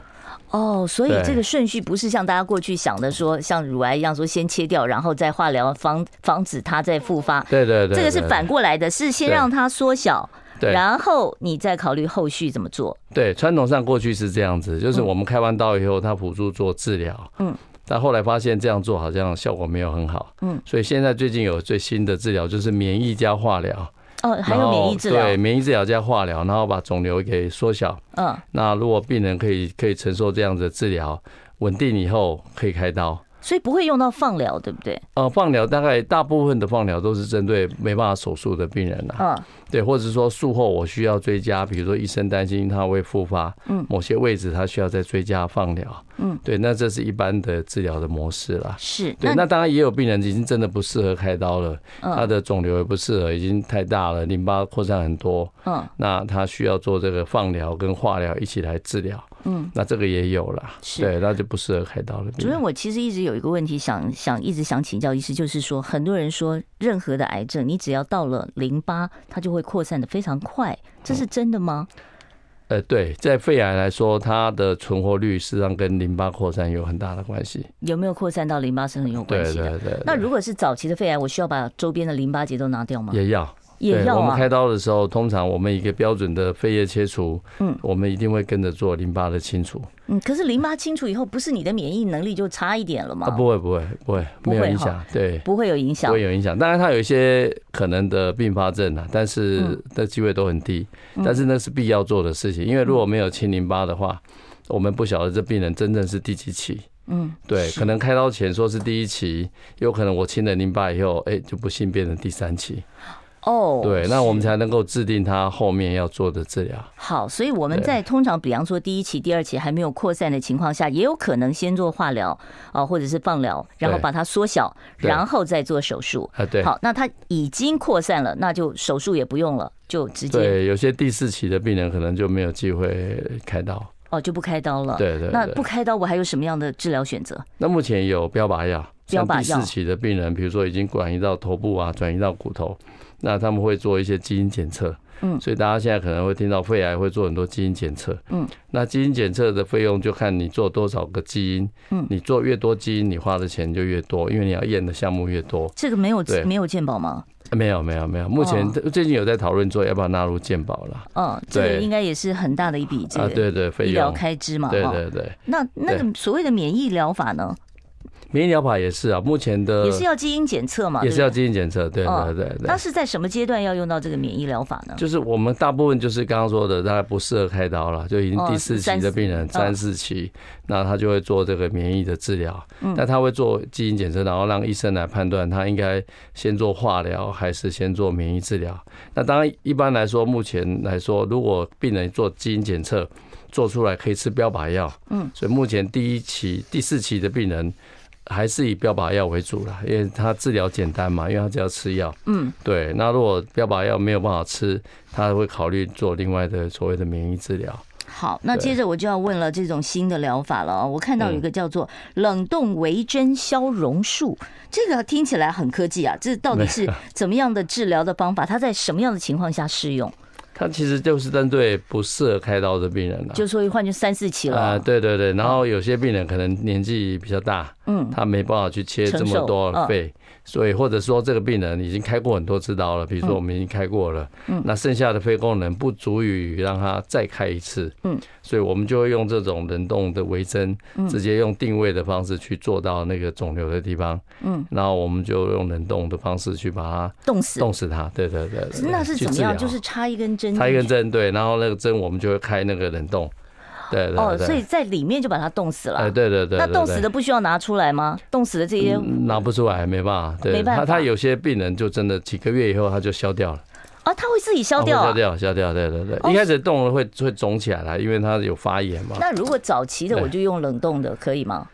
Speaker 1: 哦，所以
Speaker 2: 对
Speaker 1: 这个顺序不是像大家过去想的说，像乳癌一样说先切掉，然后再化疗，防防止它再复发。
Speaker 2: 对对对，
Speaker 1: 这个是
Speaker 2: 对
Speaker 1: 反过来的，是先
Speaker 2: 对
Speaker 1: 让它缩小，
Speaker 2: 对
Speaker 1: 然后你再考虑后续怎么做。
Speaker 2: 对，传统上过去是这样子，就是我们开完刀以后，他辅助做治疗，
Speaker 1: 嗯，
Speaker 2: 但后来发现这样做好像效果没有很好，
Speaker 1: 嗯，
Speaker 2: 所以现在最近有最新的治疗，就是免疫加化疗，
Speaker 1: 哦，还有
Speaker 2: 然后
Speaker 1: 免疫治疗
Speaker 2: 对，，免疫治疗加化疗，然后把肿瘤给缩小。
Speaker 1: 嗯，
Speaker 2: 那如果病人可以可以承受这样子的治疗，稳定以后可以开刀。
Speaker 1: 所以不会用到放疗，对不对？
Speaker 2: 呃，放疗大概大部分的放疗都是针对没办法手术的病人啦、
Speaker 1: 嗯，
Speaker 2: 对，或者是说术后我需要追加，比如说医生担心他会复发，
Speaker 1: 嗯
Speaker 2: 某些位置他需要再追加放疗，
Speaker 1: 嗯，
Speaker 2: 对，那这是一般的治疗的模式啦。
Speaker 1: 是。
Speaker 2: 对，那当然也有病人已经真的不适合开刀了，他
Speaker 1: 嗯
Speaker 2: 的肿瘤也不适合，已经太大了，淋巴扩散很多，
Speaker 1: 嗯
Speaker 2: 那他需要做这个放疗跟化疗一起来治疗，
Speaker 1: 嗯，
Speaker 2: 那这个也有啦，
Speaker 1: 是
Speaker 2: 对，那就不适合开刀了。
Speaker 1: 主任，我其实一直有一个问题想想一直想请教医师，就是说，很多人说任何的癌
Speaker 2: 嗯
Speaker 1: 症，你只要到了淋巴，它就会扩散的非常快，这是真的吗？
Speaker 2: 呃，对，在肺癌来说，它的存活率实际上跟淋巴扩散有很大的关系。
Speaker 1: 有没有扩散到淋巴是很有
Speaker 2: 对
Speaker 1: 关系
Speaker 2: 对
Speaker 1: 的。
Speaker 2: 对对。
Speaker 1: 那如果是早期的肺癌，我需要把周边的淋巴结都拿掉吗？
Speaker 2: 也要
Speaker 1: 啊也
Speaker 2: 对
Speaker 1: 要
Speaker 2: 我们
Speaker 1: 啊
Speaker 2: 开。刀的时候，通常我们一个标准的肺叶切除，
Speaker 1: 嗯
Speaker 2: 我们一定会跟着做淋巴的清除。
Speaker 1: 嗯，可是淋巴清除以后，不是你的免疫能力就差一点了吗？
Speaker 2: 啊，不会不会不会，
Speaker 1: 不
Speaker 2: 没有
Speaker 1: 会
Speaker 2: 影
Speaker 1: 哈
Speaker 2: 响，对。
Speaker 1: 不会有影响
Speaker 2: 不会。有影响，当然它有一些可能的并发症啊，但
Speaker 1: 嗯
Speaker 2: 是的机会都很低。但是那是必要做的事情，因为
Speaker 1: 嗯
Speaker 2: 如果没有清淋巴的话，我们不晓得这病人真正是第几期。
Speaker 1: 嗯，
Speaker 2: 对，可能开刀前说是第一期，有可能我清了淋巴以后，哎、就不幸变成第三期。
Speaker 1: 哦，
Speaker 2: 对，那我们
Speaker 1: 是
Speaker 2: 才能够制定他后面要做的治疗。
Speaker 1: 好，所以我们
Speaker 2: 对
Speaker 1: 在通常，比方说第一期、第二期还没有扩散的情况下，也有可能先做化疗啊、或者是放疗，然后
Speaker 2: 对
Speaker 1: 把它缩小，
Speaker 2: 对
Speaker 1: 然后再做手术。
Speaker 2: 啊，对，
Speaker 1: 好，那它已经扩散了，那就手术也不用了，就直接
Speaker 2: 对，有些第四期的病人可能就没有机会开刀。
Speaker 1: 哦就不开刀了。
Speaker 2: 对对
Speaker 1: 那
Speaker 2: 对
Speaker 1: 不开刀，我还有什么样的治疗选择？
Speaker 2: 那目前有标靶药，
Speaker 1: 标
Speaker 2: 像
Speaker 1: 靶药
Speaker 2: 第四期的病人，比如说已经转移到头部啊，转移到骨头，那他们会做一些基因检测。
Speaker 1: 嗯
Speaker 2: 所以大家现在可能会听到肺癌会做很多基因检测。
Speaker 1: 嗯，
Speaker 2: 那基因检测的费用就看你做多少个基因。
Speaker 1: 嗯
Speaker 2: 你做越多基因，你花的钱就越多，因为你要验的项目越多。
Speaker 1: 这个没有
Speaker 2: 对
Speaker 1: 没有鉴保吗？
Speaker 2: 没有，没有，
Speaker 1: 哦
Speaker 2: 没有。目前最近有在讨论说要不要纳入健保啦。
Speaker 1: 嗯，这个
Speaker 2: 对
Speaker 1: 应该也是很大的一笔这
Speaker 2: 啊，
Speaker 1: 个
Speaker 2: 对对，费
Speaker 1: 医疗
Speaker 2: 用。
Speaker 1: 开支嘛。
Speaker 2: 对
Speaker 1: 哦
Speaker 2: 对对，
Speaker 1: 那那个所谓的免疫疗法呢，
Speaker 2: 免疫疗法也是啊，目前的
Speaker 1: 也是要基因检测嘛，
Speaker 2: 也是要
Speaker 1: 对不对
Speaker 2: 基因检测，对
Speaker 1: 哦
Speaker 2: 对对对
Speaker 1: 那。是在什么阶段要用到这个免疫疗法呢？
Speaker 2: 就是我们大部分就是刚刚说的，大概不适合开刀了，就已经
Speaker 1: 哦
Speaker 2: 第四期的病人，
Speaker 1: 三
Speaker 2: 三
Speaker 1: 四
Speaker 2: 四期，那他就会做这个免疫的治疗。
Speaker 1: 嗯
Speaker 2: 那他会做基因检测，然后让医生来判断他应该先做化疗还是先做免疫治疗。那当然，一般来说，目前来说，如果病人做基因检测做出来可以吃标靶药，嗯，所以目前第一期、第四期的病人。还是以标靶药为主啦，因为他治疗简单嘛，因为他只要吃药。
Speaker 1: 嗯，
Speaker 2: 对。那如果标靶药没有办法吃，他会考虑做另外的所谓的免疫治疗。
Speaker 1: 好，那
Speaker 2: 对
Speaker 1: 接着我就要问了，这种新的疗法了啊。我
Speaker 2: 嗯
Speaker 1: 看到有一个叫做冷冻微针消融术，这个听起来很科技啊，这到底是怎么样的治疗的方法？它在什么样的情况下适用？
Speaker 2: 他其实就是针对不适合开刀的病人啦。
Speaker 1: 就说一换就三四期了
Speaker 2: 啊、
Speaker 1: 啊，
Speaker 2: 对对对，然后有些病人可能年纪比较大，
Speaker 1: 嗯
Speaker 2: 他没办法去切这么多的肺，所以或者说这个病人已经开过很多次刀了，比如说我们已经开过了，
Speaker 1: 嗯
Speaker 2: 那剩下的肺功能不足以让他再开一次，
Speaker 1: 嗯，
Speaker 2: 所以我们就会用这种冷冻的微针，直接用定位的方式去做到那个肿瘤的地方，
Speaker 1: 嗯，
Speaker 2: 然后我们就用冷冻的方式去把它
Speaker 1: 冻死。
Speaker 2: 冻死它，对对对对对
Speaker 1: 那是
Speaker 2: 去
Speaker 1: 怎么
Speaker 2: 治疗
Speaker 1: 样？就是插一根针进去，
Speaker 2: 插一根针，对，然后那个针我们就会开那个冷冻，对对对，
Speaker 1: 哦，所以在里面就把它冻死了
Speaker 2: 哎，。对对对，
Speaker 1: 那
Speaker 2: 对
Speaker 1: 冻
Speaker 2: 对
Speaker 1: 死的不需要拿出来吗？冻死的这些
Speaker 2: 嗯拿不出来，没办法。对，
Speaker 1: 没办法
Speaker 2: 他他有些病人就真的几个月以后他就消掉了，
Speaker 1: 啊，它会自己消掉
Speaker 2: 啊会消
Speaker 1: 啊。
Speaker 2: 掉，消掉，对对对。
Speaker 1: 哦
Speaker 2: 一开始冻了会会肿起来啦，因为它有发炎嘛。
Speaker 1: 那如果早期的我就用冷冻的，可以吗？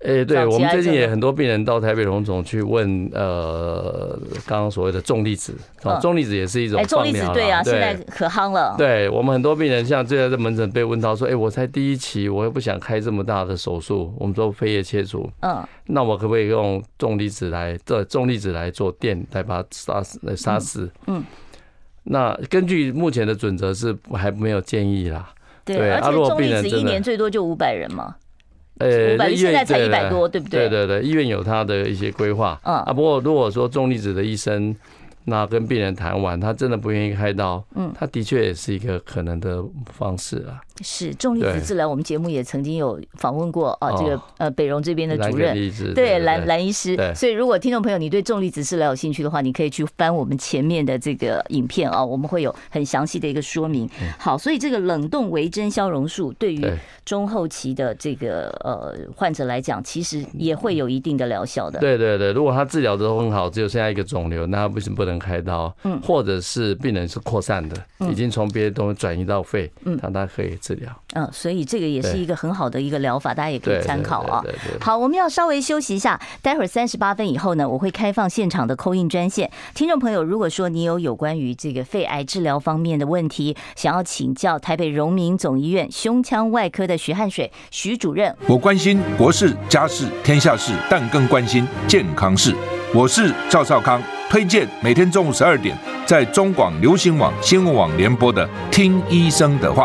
Speaker 2: 哎，对，
Speaker 1: 早期
Speaker 2: 我们最
Speaker 1: 癌症
Speaker 2: 近也
Speaker 1: 的
Speaker 2: 很多病人到台北荣总去问，呃，刚刚所谓的重粒子，哦
Speaker 1: 嗯
Speaker 2: 重粒子也是一种
Speaker 1: 哎，重
Speaker 2: 放
Speaker 1: 粒子
Speaker 2: 疗啦
Speaker 1: 对啊，现在可夯了。
Speaker 2: 对我们很多病人，像最近在门诊被问到说，哎，我才第一期，我又不想开这么大的手术，我们说肺叶切除，
Speaker 1: 嗯，
Speaker 2: 那我可不可以用重离子来这重离子来做电来把它杀死呃杀死？
Speaker 1: 嗯嗯
Speaker 2: 那根据目前的准则是还没有建议啦。
Speaker 1: 对，
Speaker 2: 对
Speaker 1: 而
Speaker 2: 啊
Speaker 1: 且
Speaker 2: 如果
Speaker 1: 重
Speaker 2: 病
Speaker 1: 粒
Speaker 2: 人
Speaker 1: 子
Speaker 2: 真
Speaker 1: 一
Speaker 2: 的
Speaker 1: 年最多就五百人嘛。
Speaker 2: 呃
Speaker 1: 500
Speaker 2: 那医院
Speaker 1: 现在才
Speaker 2: 对
Speaker 1: 100多对不对
Speaker 2: 对？对对，医院有它的一些规划。
Speaker 1: 嗯
Speaker 2: 啊，不过如果说重离子的医生，那跟病人谈完，他真的不愿意开刀，
Speaker 1: 嗯
Speaker 2: 他的确也是一个可能的方式啊。
Speaker 1: 是重粒子
Speaker 2: 对
Speaker 1: 治疗，我们节目也曾经有访问过啊，
Speaker 2: 哦
Speaker 1: 这个呃北荣这边的
Speaker 2: 蓝
Speaker 1: 主
Speaker 2: 个
Speaker 1: 任。
Speaker 2: 例子，
Speaker 1: 对
Speaker 2: 不
Speaker 1: 蓝蓝医师，
Speaker 2: 对
Speaker 1: 所以如果听众朋友你对重粒子治疗有兴趣的话，你可以去翻我们前面的这个影片啊，我们会有很详细的一个说明。好，所以这个冷冻微针消融术对于
Speaker 2: 嗯对
Speaker 1: 中后期的这个呃患者来讲，其实也会有一定的疗效的。
Speaker 2: 对对对，如果他治疗的很好，只有剩下一个肿瘤，那他为什么不能开刀？
Speaker 1: 嗯
Speaker 2: 或者是病人是扩散的，已经从别的东西转移到肺，
Speaker 1: 嗯
Speaker 2: 那他可以治疗。
Speaker 1: 嗯，所以这个也是
Speaker 2: 对
Speaker 1: 一个很好的一个疗法，大家也可
Speaker 2: 对，
Speaker 1: 以参考啊
Speaker 2: 对。对对对
Speaker 1: 好，我们要稍微休息一下，待会儿三十八分以后呢，我会开放现场的扣印专线。听众朋友，如果说你有有关于这个肺癌治疗方面的问题，想要请教台北荣民总医院胸腔外科的徐汉水徐主任，
Speaker 3: 我关心国事、家事、天下事，但更关心健康事。我是赵少康，推荐每天中午十二点在中广流行网、新闻网联播的《听医生的话》。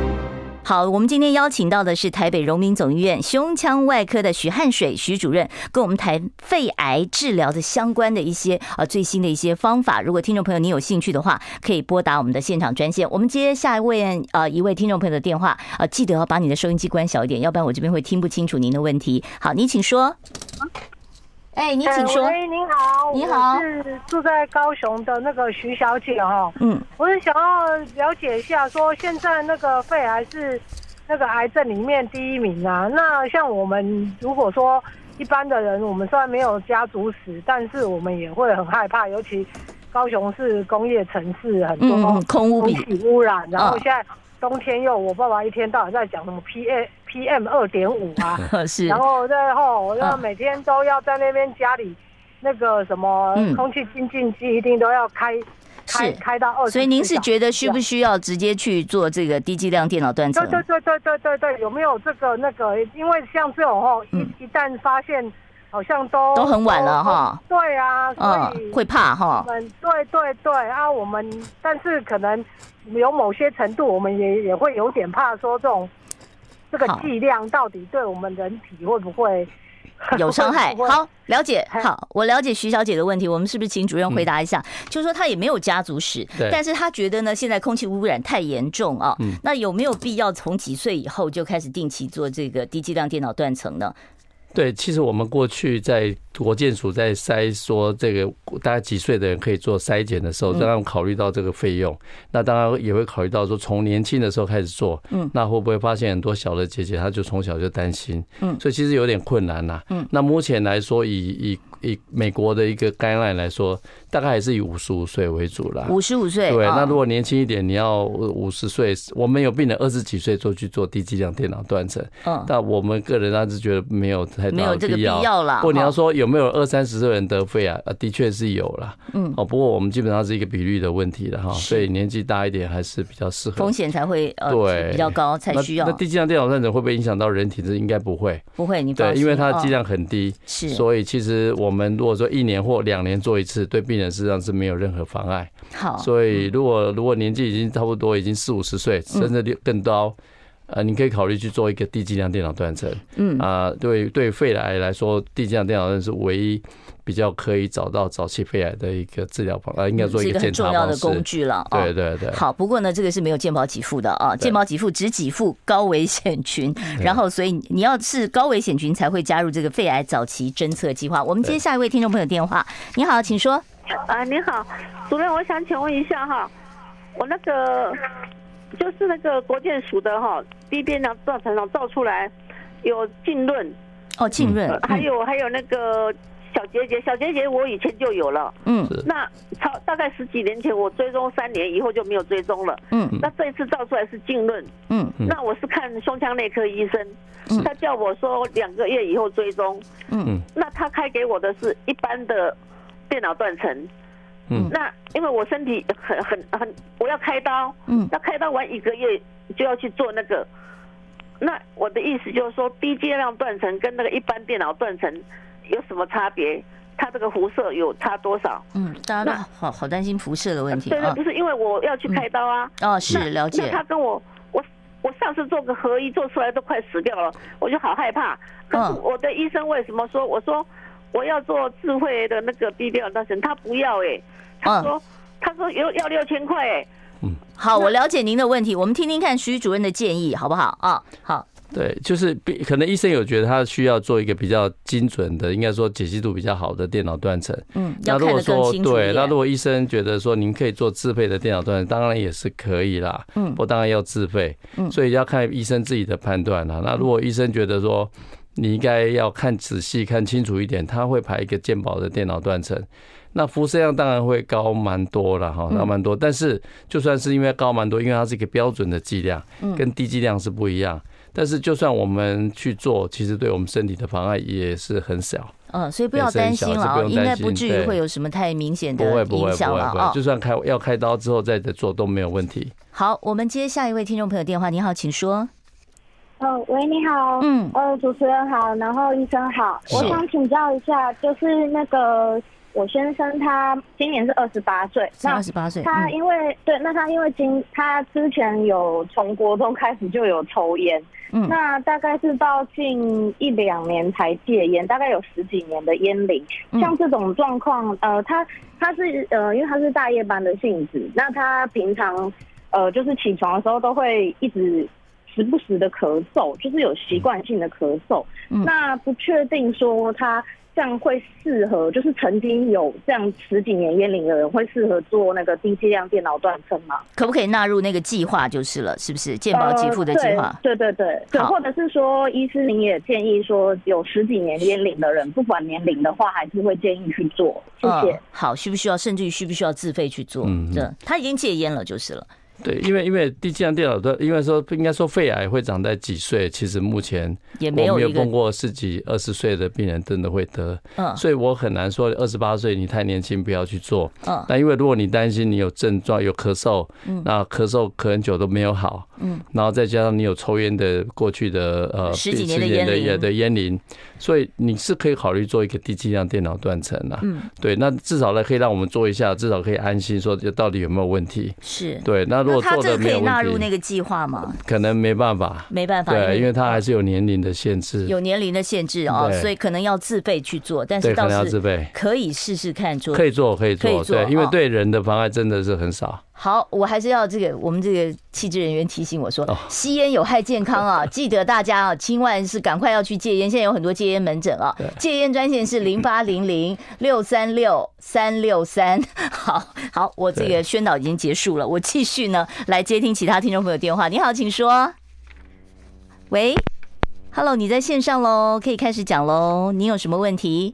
Speaker 1: 好，我们今天邀请到的是台北荣民总医院胸腔外科的许汉水许主任，跟我们谈肺癌治疗的相关的一些呃最新的一些方法。如果听众朋友你有兴趣的话，可以拨打我们的现场专线。我们接下一位呃一位听众朋友的电话，呃记得要把你的收音机关小一点，要不然我这边会听不清楚您的问题。好，您请说。哎，您请说
Speaker 6: 哎。喂，您好，
Speaker 1: 你好
Speaker 6: 我是住在高雄的那个徐小姐哈。
Speaker 1: 嗯，
Speaker 6: 我是想要了解一下，说现在那个肺癌是那个癌症里面第一名啊。那像我们如果说一般的人，我们虽然没有家族史，但是我们也会很害怕，尤其高雄是工业城市，很
Speaker 1: 嗯
Speaker 6: 多
Speaker 1: 嗯，空屋
Speaker 6: 空
Speaker 1: 比嗯
Speaker 6: 气污染，然后现在冬天又，我爸爸一天到晚在讲什么 PM PM 二点五 啊。
Speaker 1: 是
Speaker 6: 然后在后，我就
Speaker 1: 嗯
Speaker 6: 每天都要在那边家里那个什么
Speaker 1: 嗯
Speaker 6: 空气清净机，一定都要开开
Speaker 1: 是
Speaker 6: 开到二十。
Speaker 1: 所以您是觉得需不
Speaker 6: 是？
Speaker 1: 需要直接去做这个低剂量电脑断层
Speaker 6: 对？对对对对对对，有没有这个那个？因为像这种哦，
Speaker 1: 嗯
Speaker 6: 一一旦发现，好像都
Speaker 1: 都很晚了哈。
Speaker 6: 都对啊，所以
Speaker 1: 嗯，会怕哈
Speaker 6: 我。们对对对啊，我们但是可能有某些程度，我们也也会有点怕说这种这个
Speaker 1: 好
Speaker 6: 剂量到底对我们人体会不会。
Speaker 1: 有伤害
Speaker 6: 会不会
Speaker 1: 好，了解。
Speaker 6: 哎
Speaker 1: 好，我了解徐小姐的问题。我们是不是请主任回答一下？就是说她也没有家族史
Speaker 2: 嗯对，
Speaker 1: 但是她觉得呢，现在空气污染太严重啊、
Speaker 2: 嗯
Speaker 1: 那有没有必要从几岁以后就开始定期做这个低剂量电脑断层呢？
Speaker 2: 对，其实我们过去在国健署在筛说这个大概几岁的人可以做筛检的时
Speaker 1: 嗯
Speaker 2: 候，当然考虑到这个费用，那当然也会考虑到说从年轻的时候开始做，
Speaker 1: 嗯
Speaker 2: 那会不会发现很多小的姐姐她就从小就担心，
Speaker 1: 嗯
Speaker 2: 所以其实有点困难呐、
Speaker 1: 嗯
Speaker 2: 那目前来说以，以以美国的一个概念来说，大概还是以五十五岁为主啦。
Speaker 1: 五十五岁，
Speaker 2: 对，
Speaker 1: 啊
Speaker 2: 那如果年轻一点，你要五十岁，我们有病人二十几岁做去做低剂量电脑断层，
Speaker 1: 嗯
Speaker 2: 但我们个人还是觉得没有太
Speaker 1: 没有
Speaker 2: 大
Speaker 1: 这
Speaker 2: 的
Speaker 1: 个
Speaker 2: 必要。
Speaker 1: 必要啦
Speaker 2: 不过你
Speaker 1: 哈
Speaker 2: 要说有没有二三十岁人得肺癌，呃，的确是有啦。
Speaker 1: 嗯
Speaker 2: 哦，不过我们基本上是一个比率的问题了哈，
Speaker 1: 是
Speaker 2: 所以年纪大一点还是比较适合。
Speaker 1: 风险才会呃
Speaker 2: 对
Speaker 1: 比较高，才需要
Speaker 2: 那那低剂量电脑断层会不会影响到人体？这应该不会，
Speaker 1: 不会你放
Speaker 2: 对，
Speaker 1: 心
Speaker 2: 因为它的剂、
Speaker 1: 嗯
Speaker 2: 量很低，
Speaker 1: 是
Speaker 2: 所以其实我们如果说一年或两年做一次，对病人实际上是没有任何妨碍。
Speaker 1: 好，
Speaker 2: 所以如果如果年纪已经差不多已经四五十岁，
Speaker 1: 嗯
Speaker 2: 甚至六更高，呃，你可以考虑去做一个低剂量电脑断层。
Speaker 1: 嗯
Speaker 2: 啊、对对，肺癌来说，低剂量电脑断层是唯一比较可以找到早期肺癌的一个治疗方，呃，应该说
Speaker 1: 嗯是
Speaker 2: 一
Speaker 1: 一个很
Speaker 2: 检
Speaker 1: 重
Speaker 2: 查
Speaker 1: 要
Speaker 2: 方
Speaker 1: 的
Speaker 2: 式。
Speaker 1: 工具了。哦
Speaker 2: 对对对，
Speaker 1: 好，不过呢，这个是没有健保给付的啊，
Speaker 2: 对
Speaker 1: 健保给付只给付高危险群，然后所以你要是高危险群才会加入这个肺癌早期侦测计划。我们接
Speaker 2: 对
Speaker 1: 下一位听众朋友电话，你好，请说。
Speaker 7: 啊，您好，主任，我想请问一下哈，我那个就是那个国健署的哈，低变量造成了造出来有浸润，
Speaker 1: 哦，
Speaker 2: 嗯
Speaker 1: 浸润
Speaker 7: 呃，还有还有那个小结节，小结节我以前就有了，
Speaker 1: 嗯
Speaker 2: 是
Speaker 7: 那超大概十几年前我追踪三年以后就没有追踪了，
Speaker 1: 嗯
Speaker 7: 那这一次造出来是浸润，
Speaker 1: 嗯
Speaker 2: 嗯
Speaker 7: 那我是看胸腔内科医生
Speaker 1: 嗯，
Speaker 7: 他叫我说两个月以后追踪，
Speaker 2: 嗯，
Speaker 7: 那他开给我的是一般的电脑断层，
Speaker 2: 嗯
Speaker 7: 那因为我身体很很很，我要开刀，
Speaker 1: 嗯
Speaker 7: 那开刀完一个月就要去做那个，那我的意思就是说，低剂量断层跟那个一般电脑断层有什么差别？它这个辐射有差多少？
Speaker 1: 嗯，大家都
Speaker 7: 那
Speaker 1: 好好担心辐射的问题
Speaker 7: 对对，
Speaker 1: 啊
Speaker 7: 不。是因为我要去开刀啊，
Speaker 1: 哦，是了
Speaker 7: 那
Speaker 1: 解
Speaker 7: 他，跟我我我上次做个合一做出来都快死掉了，我就好害怕。可是
Speaker 1: 嗯
Speaker 7: 我的医生为什么说我说我要做智慧的那个低调断层，他不要哎、他
Speaker 1: 嗯
Speaker 7: 说、他说有要六千块哎、
Speaker 1: 好，我了解您的问题，我们听听看徐主任的建议好不好啊？好，
Speaker 2: 对，就是比可能医生有觉得他需要做一个比较精准的，应该说解析度比较好的电脑断层。
Speaker 1: 嗯，
Speaker 2: 那
Speaker 1: 要
Speaker 2: 如
Speaker 1: 看
Speaker 2: 果
Speaker 1: 得更
Speaker 2: 说
Speaker 1: 清楚一
Speaker 2: 对，那
Speaker 1: 点
Speaker 2: 如。果医生觉得说您可以做自费的电脑断层，当然也是可以啦。
Speaker 1: 嗯
Speaker 2: 我当然要自费，
Speaker 1: 嗯
Speaker 2: 所以要看医生自己的判断啦。那如果医生觉得说你应该要看仔细、看清楚一点，他会排一个健保的电脑断层。那辐射量当然会高蛮多了
Speaker 1: 嗯
Speaker 2: 哈，高蛮多。
Speaker 1: 嗯
Speaker 2: 但是就算是因为高蛮多，因为它是一个标准的剂量，跟低剂量是不一样。但是就算我们去做，其实对我们身体的妨碍也是很小，
Speaker 1: 嗯，所以不要担心了
Speaker 2: 本
Speaker 1: 啊，
Speaker 2: 身小是不用
Speaker 1: 应该
Speaker 2: 担心
Speaker 1: 不至于会有什么太明显
Speaker 2: 不
Speaker 1: 的
Speaker 2: 会不会
Speaker 1: 影
Speaker 2: 不
Speaker 1: 响
Speaker 2: 会
Speaker 1: 了
Speaker 2: 不
Speaker 1: 啊
Speaker 2: 会，就。算开要开刀之后再做都没有问题。
Speaker 1: 好，我们接下一位听众朋友电话，你好，请说。
Speaker 7: 哦，喂，你好。
Speaker 1: 嗯
Speaker 7: 呃，主持人好，然后医生好，
Speaker 1: 是
Speaker 7: 我想请教一下，就是那个我先生他今年是二十八岁，
Speaker 1: 是
Speaker 7: 那
Speaker 1: 二十八岁，
Speaker 7: 他
Speaker 1: 嗯
Speaker 7: 因为、对，那他因为今他之前有从国中开始就有抽烟，
Speaker 1: 嗯
Speaker 7: 那大概是到近一两年才戒烟，大概有十几年的烟龄。
Speaker 1: 嗯
Speaker 7: 像这种状况，呃，他他是呃，因为他是大夜班的性质，那他平常呃就是起床的时候都会一直时不时的咳嗽，就是有习惯性的咳嗽。
Speaker 1: 嗯
Speaker 7: 那不确定说他这样会适合，就是曾经有这样十几年烟龄的人会适合做那个低剂量电脑断层吗？
Speaker 1: 可不可以纳入那个计划就是了，是不是健保给付的计划
Speaker 7: 呃？对对对对对，
Speaker 1: 好
Speaker 7: 或者是说，医师您也建议说，有十几年烟龄的人，不管年龄的话，还是会建议去做。谢谢。
Speaker 1: 嗯，好，需不需要，甚至于需不需要自费去做？
Speaker 2: 嗯嗯
Speaker 1: 对，他已经戒烟了，就是了。
Speaker 2: 对，因为因为低剂量电脑断，因为说应该说肺癌会长在几岁，其实目前
Speaker 1: 也
Speaker 2: 我
Speaker 1: 没有
Speaker 2: 没有
Speaker 1: 一个
Speaker 2: 碰过十几、二十岁的病人真的会得，
Speaker 1: 嗯
Speaker 2: 所以我很难说二十八岁你太年轻不要去做。
Speaker 1: 嗯
Speaker 2: 那因为如果你担心你有症状有咳嗽，那咳嗽咳很久都没有好，
Speaker 1: 嗯，
Speaker 2: 然后再加上你有抽烟的过去的呃
Speaker 1: 十几年的
Speaker 2: 的
Speaker 1: 烟龄
Speaker 2: 的烟龄，所以你是可以考虑做一个低剂量电脑断层啊。
Speaker 1: 嗯，
Speaker 2: 对，那至少呢可以让我们做一下，至少可以安心说这到底有没有问题。
Speaker 1: 是。
Speaker 2: 对，那如
Speaker 1: 那
Speaker 2: 果
Speaker 1: 他
Speaker 2: 做
Speaker 1: 这
Speaker 2: 的
Speaker 1: 个可
Speaker 2: 没有
Speaker 1: 以纳入
Speaker 2: 问
Speaker 1: 那
Speaker 2: 题，
Speaker 1: 个计划吗？
Speaker 2: 可能没办法。
Speaker 1: 没办法，
Speaker 2: 对，因为它还是有年龄的限制，
Speaker 1: 有年龄的限制哦，
Speaker 2: 对
Speaker 1: 所以可能要自费去做，但是
Speaker 2: 对，可
Speaker 1: 倒
Speaker 2: 能要自
Speaker 1: 是
Speaker 2: 费。
Speaker 1: 可以试试看做。
Speaker 2: 可以做，可以
Speaker 1: 可以
Speaker 2: 做，
Speaker 1: 做
Speaker 2: 对，因为
Speaker 1: 哦
Speaker 2: 对人的妨碍真的是很少。
Speaker 1: 好，我还是要这个，我们这个气质人员提醒我说
Speaker 2: 哦，
Speaker 1: 吸烟有害健康啊，记得大家啊，千万是赶快要去戒烟。现在有很多戒烟门诊啊，戒烟专线是零八零零六三六三六三。 好好，我这个
Speaker 2: 对
Speaker 1: 宣导已经结束了，我继续呢来接听其他听众朋友电话。你好，请说。喂，Hello，你在线上喽，可以开始讲喽。你有什么问题？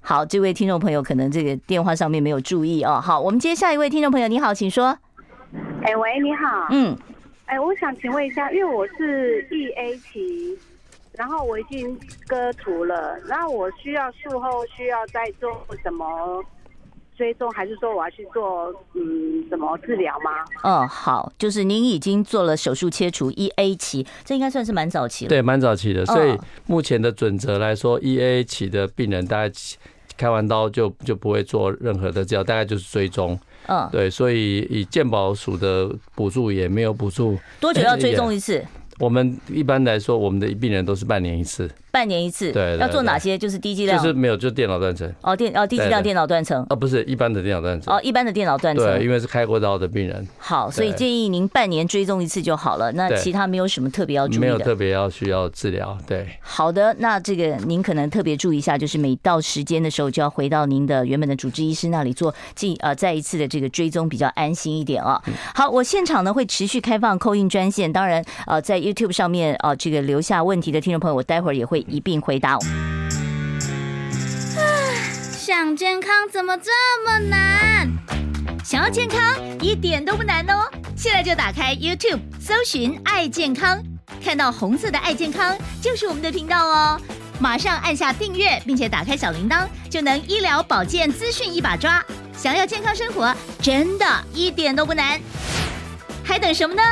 Speaker 1: 好，这位听众朋友可能这个电话上面没有注意哦。好，我们接下一位听众朋友，你好，请说。
Speaker 7: 哎、喂，你好。
Speaker 1: 嗯，
Speaker 7: 哎、我想请问一下，因为我是 E A 期，然后我已经割除了，那我需要术后需要再做什么追踪，还是说我要去做嗯什么治疗吗？
Speaker 1: 哦，好，就是您已经做了手术切除一 A 期，这应该算是蛮早期了。，
Speaker 2: 对，蛮早期的，所以
Speaker 1: 嗯
Speaker 2: 目前的准则来说，E A 期的病人大概起开完刀就就不会做任何的治疗，大概就是追踪。
Speaker 1: 嗯，
Speaker 2: 对，所以以健保署的补助也没有补助。
Speaker 1: 多久
Speaker 2: 哎
Speaker 1: 要追踪一次？
Speaker 2: 我们一般来说，我们的病人都是半年一次，
Speaker 1: 半年一次。
Speaker 2: 对对
Speaker 1: 要做哪
Speaker 2: 对
Speaker 1: 些？就是低剂
Speaker 2: 就
Speaker 1: 量，
Speaker 2: 是没有就电脑断层，
Speaker 1: 哦电哦低剂
Speaker 2: 对
Speaker 1: 量
Speaker 2: 对
Speaker 1: 电脑断层，
Speaker 2: 啊，不是一般的电脑断
Speaker 1: 哦
Speaker 2: 层。
Speaker 1: 一般的电脑断
Speaker 2: 对，
Speaker 1: 层。
Speaker 2: 因为是开过刀的病人，
Speaker 1: 好，所以
Speaker 2: 对
Speaker 1: 建议您半年追踪一次就好了。那
Speaker 2: 对
Speaker 1: 其他没有什么特别要哦注
Speaker 2: 没有
Speaker 1: 意
Speaker 2: 特
Speaker 1: 的。
Speaker 2: 别要需要治疗。对，
Speaker 1: 好的，那这个您可能特别注意一下，就是每到时间的时候就要回到您的原本的主治医师那里做进呃再一次的这个追踪，比较安心一点啊。好，我现场呢会持续开放扣印专线，当然呃在 YouTube 上面呃这个留下问题的听众朋友，我待会儿也会一并回答。哦
Speaker 5: 想健康怎么这么难？想要健康一点都不难哦！现在就打开 YouTube 搜寻“爱健康”，看到红色的“爱健康”就是我们的频道哦。马上按下订阅，并且打开小铃铛，就能医疗保健资讯一把抓。想要健康生活，真的一点都不难，还等什么呢？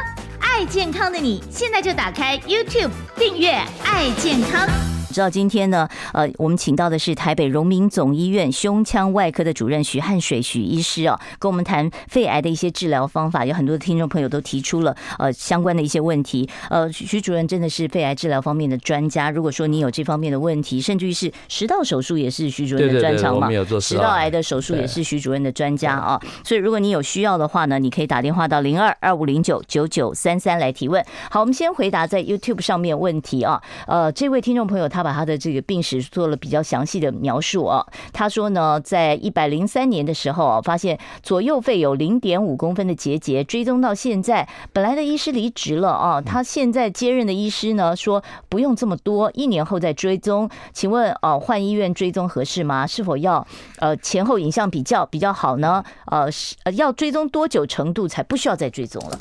Speaker 5: 爱健康的你，现在就打开 YouTube 订阅“爱健康”。
Speaker 1: 知道今天呢，呃，我们请到的是台北荣民总医院胸腔外科的主任许汉水许医师哦，跟我们谈肺癌的一些治疗方法。有很多听众朋友都提出了呃相关的一些问题。呃，许许主任真的是肺癌治疗方面的专家。如果说你有这方面的问题，甚至于是食道手术也是许主任的
Speaker 2: 对对
Speaker 1: 专
Speaker 2: 对
Speaker 1: 长
Speaker 2: 我
Speaker 1: 嘛，
Speaker 2: 们有做
Speaker 1: 食
Speaker 2: 食道
Speaker 1: 道
Speaker 2: 癌
Speaker 1: 癌的手术也
Speaker 2: 对
Speaker 1: 是徐主任的专家啊。所以如果你有需要的话呢，你可以打电话到零二二五零九九九三三来提问。好，我们先回答在 YouTube 上面问题啊。呃，这位听众朋友他把他的这个病史做了比较详细的描述啊。他说呢，在一百零三年的时候啊，发现左右肺有零点五公分的结节，追踪到现在，本来的医师离职了啊，他现在接任的医师呢说不用这么多，一年后再追踪。请问哦、呃换医院追踪合适吗？是否要呃前后影像比较比较好呢？呃，是呃要追踪多久程度才不需要再追踪了？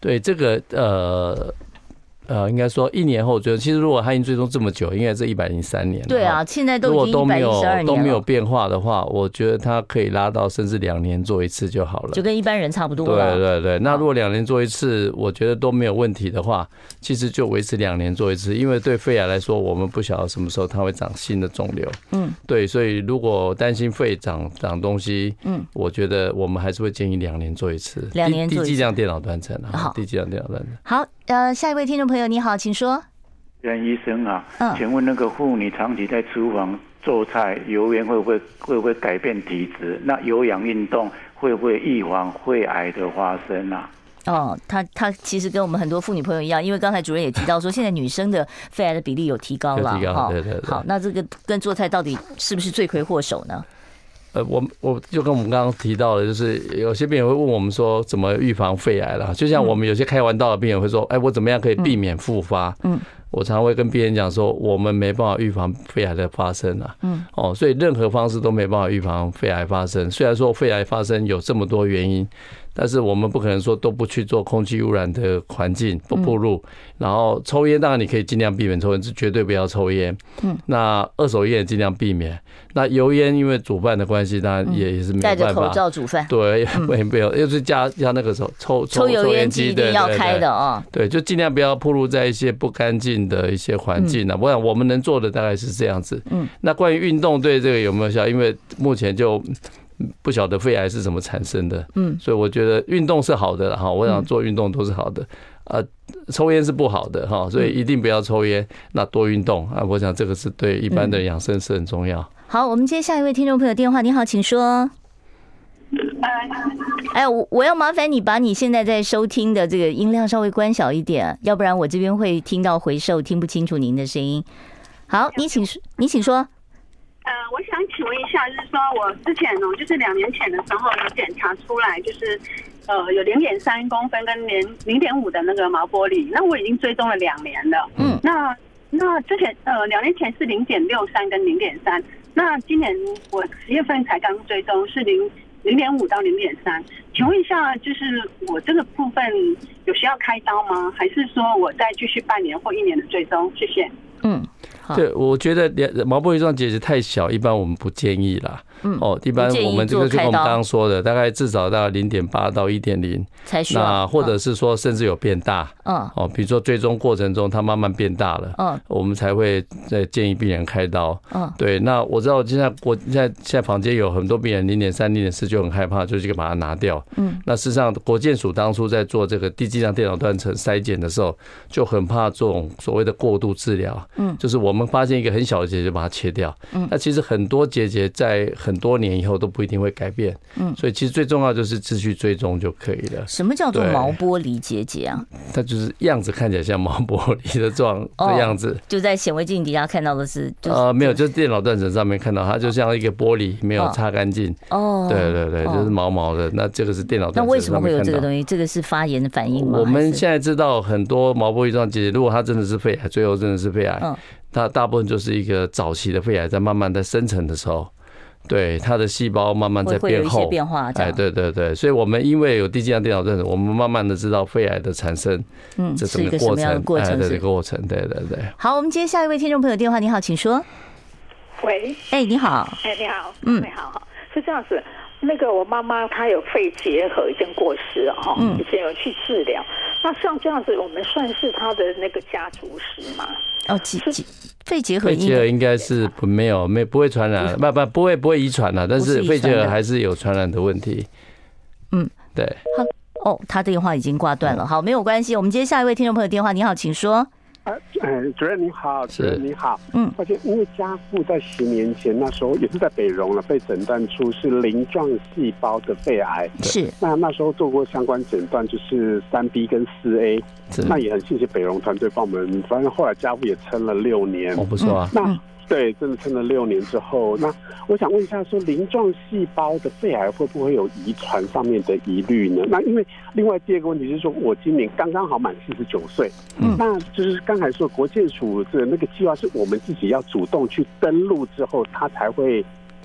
Speaker 2: 对这个呃，呃，应该说一年后追踪，其实如果它已经追踪这么久，应该是一百零三年了。
Speaker 1: 对
Speaker 2: 哈
Speaker 1: 啊，现在
Speaker 2: 如
Speaker 1: 都
Speaker 2: 果
Speaker 1: 已经
Speaker 2: 都
Speaker 1: 一百
Speaker 2: 没
Speaker 1: 一
Speaker 2: 有
Speaker 1: 十二年了，
Speaker 2: 都没有变化的话，我觉得它可以拉到甚至两年做一次就好了。
Speaker 1: 就跟一般人差不多
Speaker 2: 对
Speaker 1: 了。
Speaker 2: 对对，那如果两年做一次，我觉得都没有问题的话，其实就维持两年做一次，因为对肺癌来说，我们不晓得什么时候它会长新的肿瘤。
Speaker 1: 嗯，
Speaker 2: 对，所以如果担心肺长长东西，
Speaker 1: 嗯，
Speaker 2: 我觉得我们还是会建议两年做一次，
Speaker 1: 两年
Speaker 2: 低
Speaker 1: 做一次
Speaker 2: 低剂量电脑断层啊
Speaker 1: 好，
Speaker 2: 低剂量电脑断层。
Speaker 1: 好，呃，下一位听众朋友你好，请说。
Speaker 8: 袁医生啊，
Speaker 1: 嗯
Speaker 8: 请问那个妇女长期在厨房做菜，油烟会不会会不会改变体质？那有氧运动会不会预防肺癌的发生啊？
Speaker 1: 哦，她她其实跟我们很多妇女朋友一样，因为刚才主任也提到说，现在女生的肺癌的比例有提高了
Speaker 2: 有提高
Speaker 1: 哈
Speaker 2: 对对对
Speaker 1: 好，那这个跟做菜到底是不是罪魁祸首呢？
Speaker 2: 呃，我我就跟我们刚刚提到的，就是有些病人会问我们说怎么预防肺癌啦，就
Speaker 1: 嗯
Speaker 2: 像我们有些开完刀的病人会说，哎，我怎么样可以避免复发？
Speaker 1: 嗯，
Speaker 2: 我常会跟病人讲说，我们没办法预防肺癌的发生啊。
Speaker 1: 嗯，
Speaker 2: 哦，所以任何方式都没办法预防肺癌发生。虽然说肺癌发生有这么多原因，但是我们不可能说都不去做空气污染的环境
Speaker 1: 嗯
Speaker 2: 不暴露，然后抽烟当然你可以尽量避免抽烟，是绝对不要抽烟。
Speaker 1: 嗯，
Speaker 2: 那二手烟也尽量避免。那油烟因为煮饭的关系，当然也也是
Speaker 1: 嗯
Speaker 2: 没
Speaker 1: 戴
Speaker 2: 有
Speaker 1: 着
Speaker 2: 办
Speaker 1: 口
Speaker 2: 法。
Speaker 1: 罩煮饭，
Speaker 2: 对， 没没有，又是加加那个时候抽
Speaker 1: 抽油烟
Speaker 2: 机
Speaker 1: 机一定要
Speaker 2: 对对
Speaker 1: 开
Speaker 2: 对
Speaker 1: 的哦。
Speaker 2: 对，就尽量不要暴露在一些不干净的一些环境啊。我想我们能做的大概是这样子。
Speaker 1: 嗯，
Speaker 2: 那关于运动对这个有没有效？因为目前就嗯不晓得肺癌是怎么产生的。
Speaker 1: 嗯，
Speaker 2: 所以我觉得运动是好的啦哈，我想做运动都是好的。呃，抽烟是不好的哈，所以
Speaker 1: 嗯
Speaker 2: 一定不要抽烟。那多运动啊，我想这个是对一般的
Speaker 1: 嗯
Speaker 2: 养生是很重要。
Speaker 1: 好，我们接下一位听众朋友电话。你好，请说。
Speaker 7: 呃
Speaker 1: 哎，我我要麻烦你把你现在在收听的这个音量稍微关小一点，要不然我这边会听到回授，听不清楚您的声音。好，你请说你请说。
Speaker 7: 呃，我想请问一下，就是说我之前哦，就是两年前的时候有检查出来，就是呃有零点三公分跟零零点五的那个毛玻璃，那我已经追踪了两年了。
Speaker 1: 嗯，
Speaker 7: 那那之前呃两年前是零点六三跟零点三，那今年我十月份才刚追踪是零零点五到零点三，请问一下，就是我这个部分有需要开刀吗？还是说我再继续半年或一年的追踪？谢谢。
Speaker 1: 嗯，好
Speaker 2: 对，我觉得两毛玻璃状结石太小，一般我们不建议啦。
Speaker 1: 嗯
Speaker 2: 哦，一般
Speaker 1: 不建议
Speaker 2: 我们这个
Speaker 1: 做
Speaker 2: 就跟我
Speaker 1: 开
Speaker 2: 们
Speaker 1: 刀
Speaker 2: 刚刚说的，大概至少到零点八到一点零，
Speaker 1: 才需要。
Speaker 2: 那或者是说甚至有变大
Speaker 1: 嗯
Speaker 2: 哦，比如说追踪过程中它慢慢变大了，
Speaker 1: 嗯
Speaker 2: 我们才会再建议病人开刀。
Speaker 1: 嗯
Speaker 2: 对，那我知道现在国现在现在房间有很多病人零点三、零点四就很害怕，就是把它拿掉。
Speaker 1: 嗯，
Speaker 2: 那事实上国健署当初在做这个低剂量电脑断层筛检的时候，就很怕这种所谓的过度治疗。
Speaker 1: 嗯
Speaker 2: 就是我们发现一个很小的结节就把它切掉。
Speaker 1: 嗯
Speaker 2: 那其实很多结节在很多年以后都不一定会改变。
Speaker 1: 嗯
Speaker 2: 所以其实最重要就是持续追踪就可以了。
Speaker 1: 什么叫做
Speaker 2: 对
Speaker 1: 毛玻璃结节啊？
Speaker 2: 它就是样子看起来像毛玻璃的状
Speaker 1: 哦
Speaker 2: 的样子。
Speaker 1: 就在显微镜底下看到的是，就是
Speaker 2: 呃，没有，就是电脑断层上面看到它就像一个玻璃，没有擦干净。
Speaker 1: 哦，
Speaker 2: 对对对，
Speaker 1: 哦
Speaker 2: 就是毛毛的。那这个是电脑
Speaker 1: 那
Speaker 2: 断层
Speaker 1: 为什么
Speaker 2: 上
Speaker 1: 会
Speaker 2: 面
Speaker 1: 有
Speaker 2: 看
Speaker 1: 这个
Speaker 2: 到
Speaker 1: 东。西？这个是发炎的反应吗？
Speaker 2: 我
Speaker 1: 还
Speaker 2: 们
Speaker 1: 是
Speaker 2: 现在知道很多毛玻璃状结节，如果它真的是肺癌，最后真的是肺癌，
Speaker 1: 嗯
Speaker 2: 它大部分就是一个早期的肺癌在慢慢在生成的时候，对它的细胞慢慢
Speaker 1: 会
Speaker 2: 在
Speaker 1: 会有
Speaker 2: 变
Speaker 1: 一些
Speaker 2: 厚。
Speaker 1: 变啊化，这
Speaker 2: 哎，
Speaker 1: 样
Speaker 2: 对对对，所以我们因为有低剂量电脑断层，我们慢慢的知道肺癌的产生
Speaker 1: 嗯，
Speaker 2: 这
Speaker 1: 是
Speaker 2: 整
Speaker 1: 一
Speaker 2: 个
Speaker 1: 个什
Speaker 2: 过
Speaker 1: 么样
Speaker 2: 程
Speaker 1: 的，过
Speaker 2: 哎，
Speaker 1: 程
Speaker 2: 对这
Speaker 1: 是
Speaker 2: 个过程，对对对。
Speaker 1: 好，我们接下一位听众朋友电话。你好，请说。
Speaker 9: 喂，
Speaker 1: 哎，你好。
Speaker 9: 哎，你好，
Speaker 1: 嗯
Speaker 9: 你好，是这样子，那个我妈妈她有肺结核，已经过世了哈，
Speaker 1: 嗯
Speaker 9: 以前有去治疗。那像这样子，我们算是她的那个家族史嘛？
Speaker 1: 哦，结结肺结核
Speaker 2: 肺
Speaker 1: 应
Speaker 2: 结核
Speaker 1: 该
Speaker 2: 应该是不没有没不会 传染，不不不会不会遗传啊的，但
Speaker 1: 不是
Speaker 2: 是
Speaker 1: 遗
Speaker 2: 肺结
Speaker 1: 传
Speaker 2: 核
Speaker 1: 的
Speaker 2: 还是有传染的问题。
Speaker 1: 嗯，
Speaker 2: 对。
Speaker 1: 哦，他电话已经挂断
Speaker 2: 嗯
Speaker 1: 了。好，没有关系，我们接下一位听众朋友电话。你好，请说。
Speaker 10: 嗯，主任你好，主
Speaker 2: 是
Speaker 10: 任你好，
Speaker 1: 嗯
Speaker 10: 而且因为家父在十年前那时候也是在北荣了，被诊断出是鳞状细胞的肺癌。
Speaker 1: 是
Speaker 10: 那那时候做过相关诊断，就是三 B 跟四 A，
Speaker 2: 是
Speaker 10: 那也很谢谢北荣团队帮我们，反正后来家父也撑了六年。
Speaker 2: 哦，不错啊。
Speaker 10: 那对，真的撑了六年之后，那我想问一下，说鳞状细胞的肺癌会不会有遗传上面的疑虑呢？那因为另外第二个问题是说，我今年刚刚好满四十九岁，
Speaker 2: 嗯
Speaker 10: 那就是刚才说国健署的那个计划是我们自己要主动去登录之后，他才会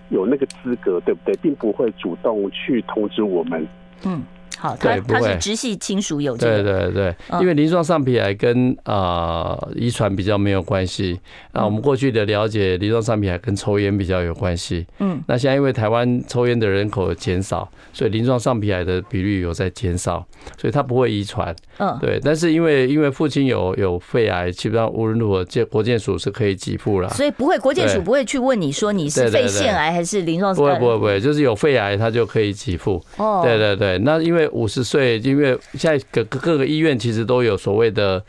Speaker 10: 有那个资格，对不对？并不会主动去通知我们。
Speaker 1: 嗯，好，它
Speaker 2: 对不
Speaker 1: 它
Speaker 2: 会
Speaker 1: 是直系亲属有这
Speaker 2: 对
Speaker 1: 个，
Speaker 2: 对对，
Speaker 1: 嗯
Speaker 2: 因为鳞状上皮癌跟啊遗传比较没有关系
Speaker 1: 嗯
Speaker 2: 啊，我们过去的了解，鳞状上皮癌跟抽烟比较有关系。
Speaker 1: 嗯
Speaker 2: 那现在因为台湾抽烟的人口减少，所以鳞状上皮癌的比率有在减少，所以它不会遗传。
Speaker 1: 嗯
Speaker 2: 对，但是因为因为父亲有有肺癌，基本上无论如何，健国健署是可以给付啦。
Speaker 1: 所以不会国健署
Speaker 2: 对
Speaker 1: 不会去问你说你是
Speaker 2: 对对
Speaker 1: 肺
Speaker 2: 对
Speaker 1: 腺癌还是鳞状
Speaker 2: 不会不
Speaker 1: 会
Speaker 2: 会不会，就是有肺癌他就可以给付。
Speaker 1: 哦
Speaker 2: 对对对，那因为五十岁，因为现在各各个医院其实都有所谓的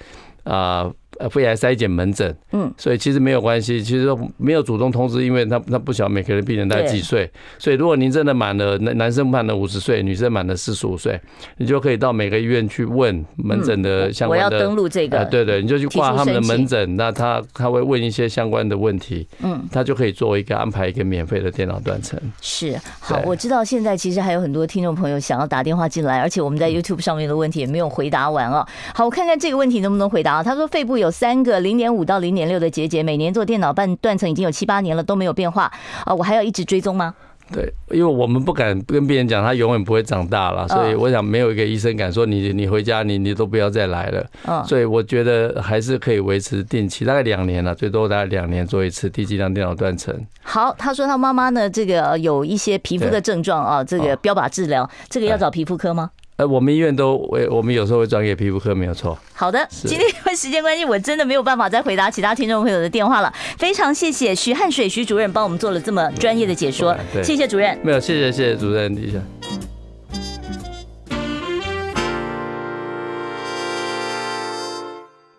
Speaker 2: 啊。呃肺癌筛检门诊，
Speaker 1: 嗯
Speaker 2: 所以其实没有关系，其实没有主动通知，因为他他不晓得每个人病人大概几岁，所以如果您真的满了男男生满了五十岁，女生满了四十五岁，你就可以到每个医院去问门诊的相关的，
Speaker 1: 嗯我要登录这个
Speaker 2: 呃对对，你就去挂他们的
Speaker 1: 提出申请
Speaker 2: 门诊，那他他会问一些相关的问题，
Speaker 1: 嗯
Speaker 2: 他就可以做一个安排一个免费的电脑断层。
Speaker 1: 是好，
Speaker 2: 对
Speaker 1: 我知道现在其实还有很多听众朋友想要打电话进来，而且我们在
Speaker 2: 嗯
Speaker 1: YouTube 上面的问题也没有回答完哦。好，我看看这个问题能不能回答啊？他说肺部有三个零点五到零点六的结节，每年做电脑断断层已经有七八年了都没有变化啊，我还要一直追踪吗？
Speaker 2: 对，因为我们不敢跟别人讲，他永远不会长大了，所以我想没有一个医生敢说你你回家你你都不要再来了。
Speaker 1: 嗯
Speaker 2: 所以我觉得还是可以维持定期，大概两年了，最多大概两年做一次低剂量电脑断层。
Speaker 1: 好，他说他妈妈呢，这个呃有一些皮肤的
Speaker 2: 对
Speaker 1: 症状
Speaker 2: 哦
Speaker 1: 啊，这个标靶治疗，这个要找皮肤科吗？
Speaker 2: 呃，我们医院都我我们有时候会转给皮肤科，没有错。
Speaker 1: 好的，
Speaker 2: 是
Speaker 1: 今天因为时间关系，我真的没有办法再回答其他听众朋友的电话了。非常谢谢徐汉水徐主任帮我们做了这么专业的解说
Speaker 2: 对，
Speaker 1: 谢谢主任。
Speaker 2: 没有，谢谢谢谢主任，李医生。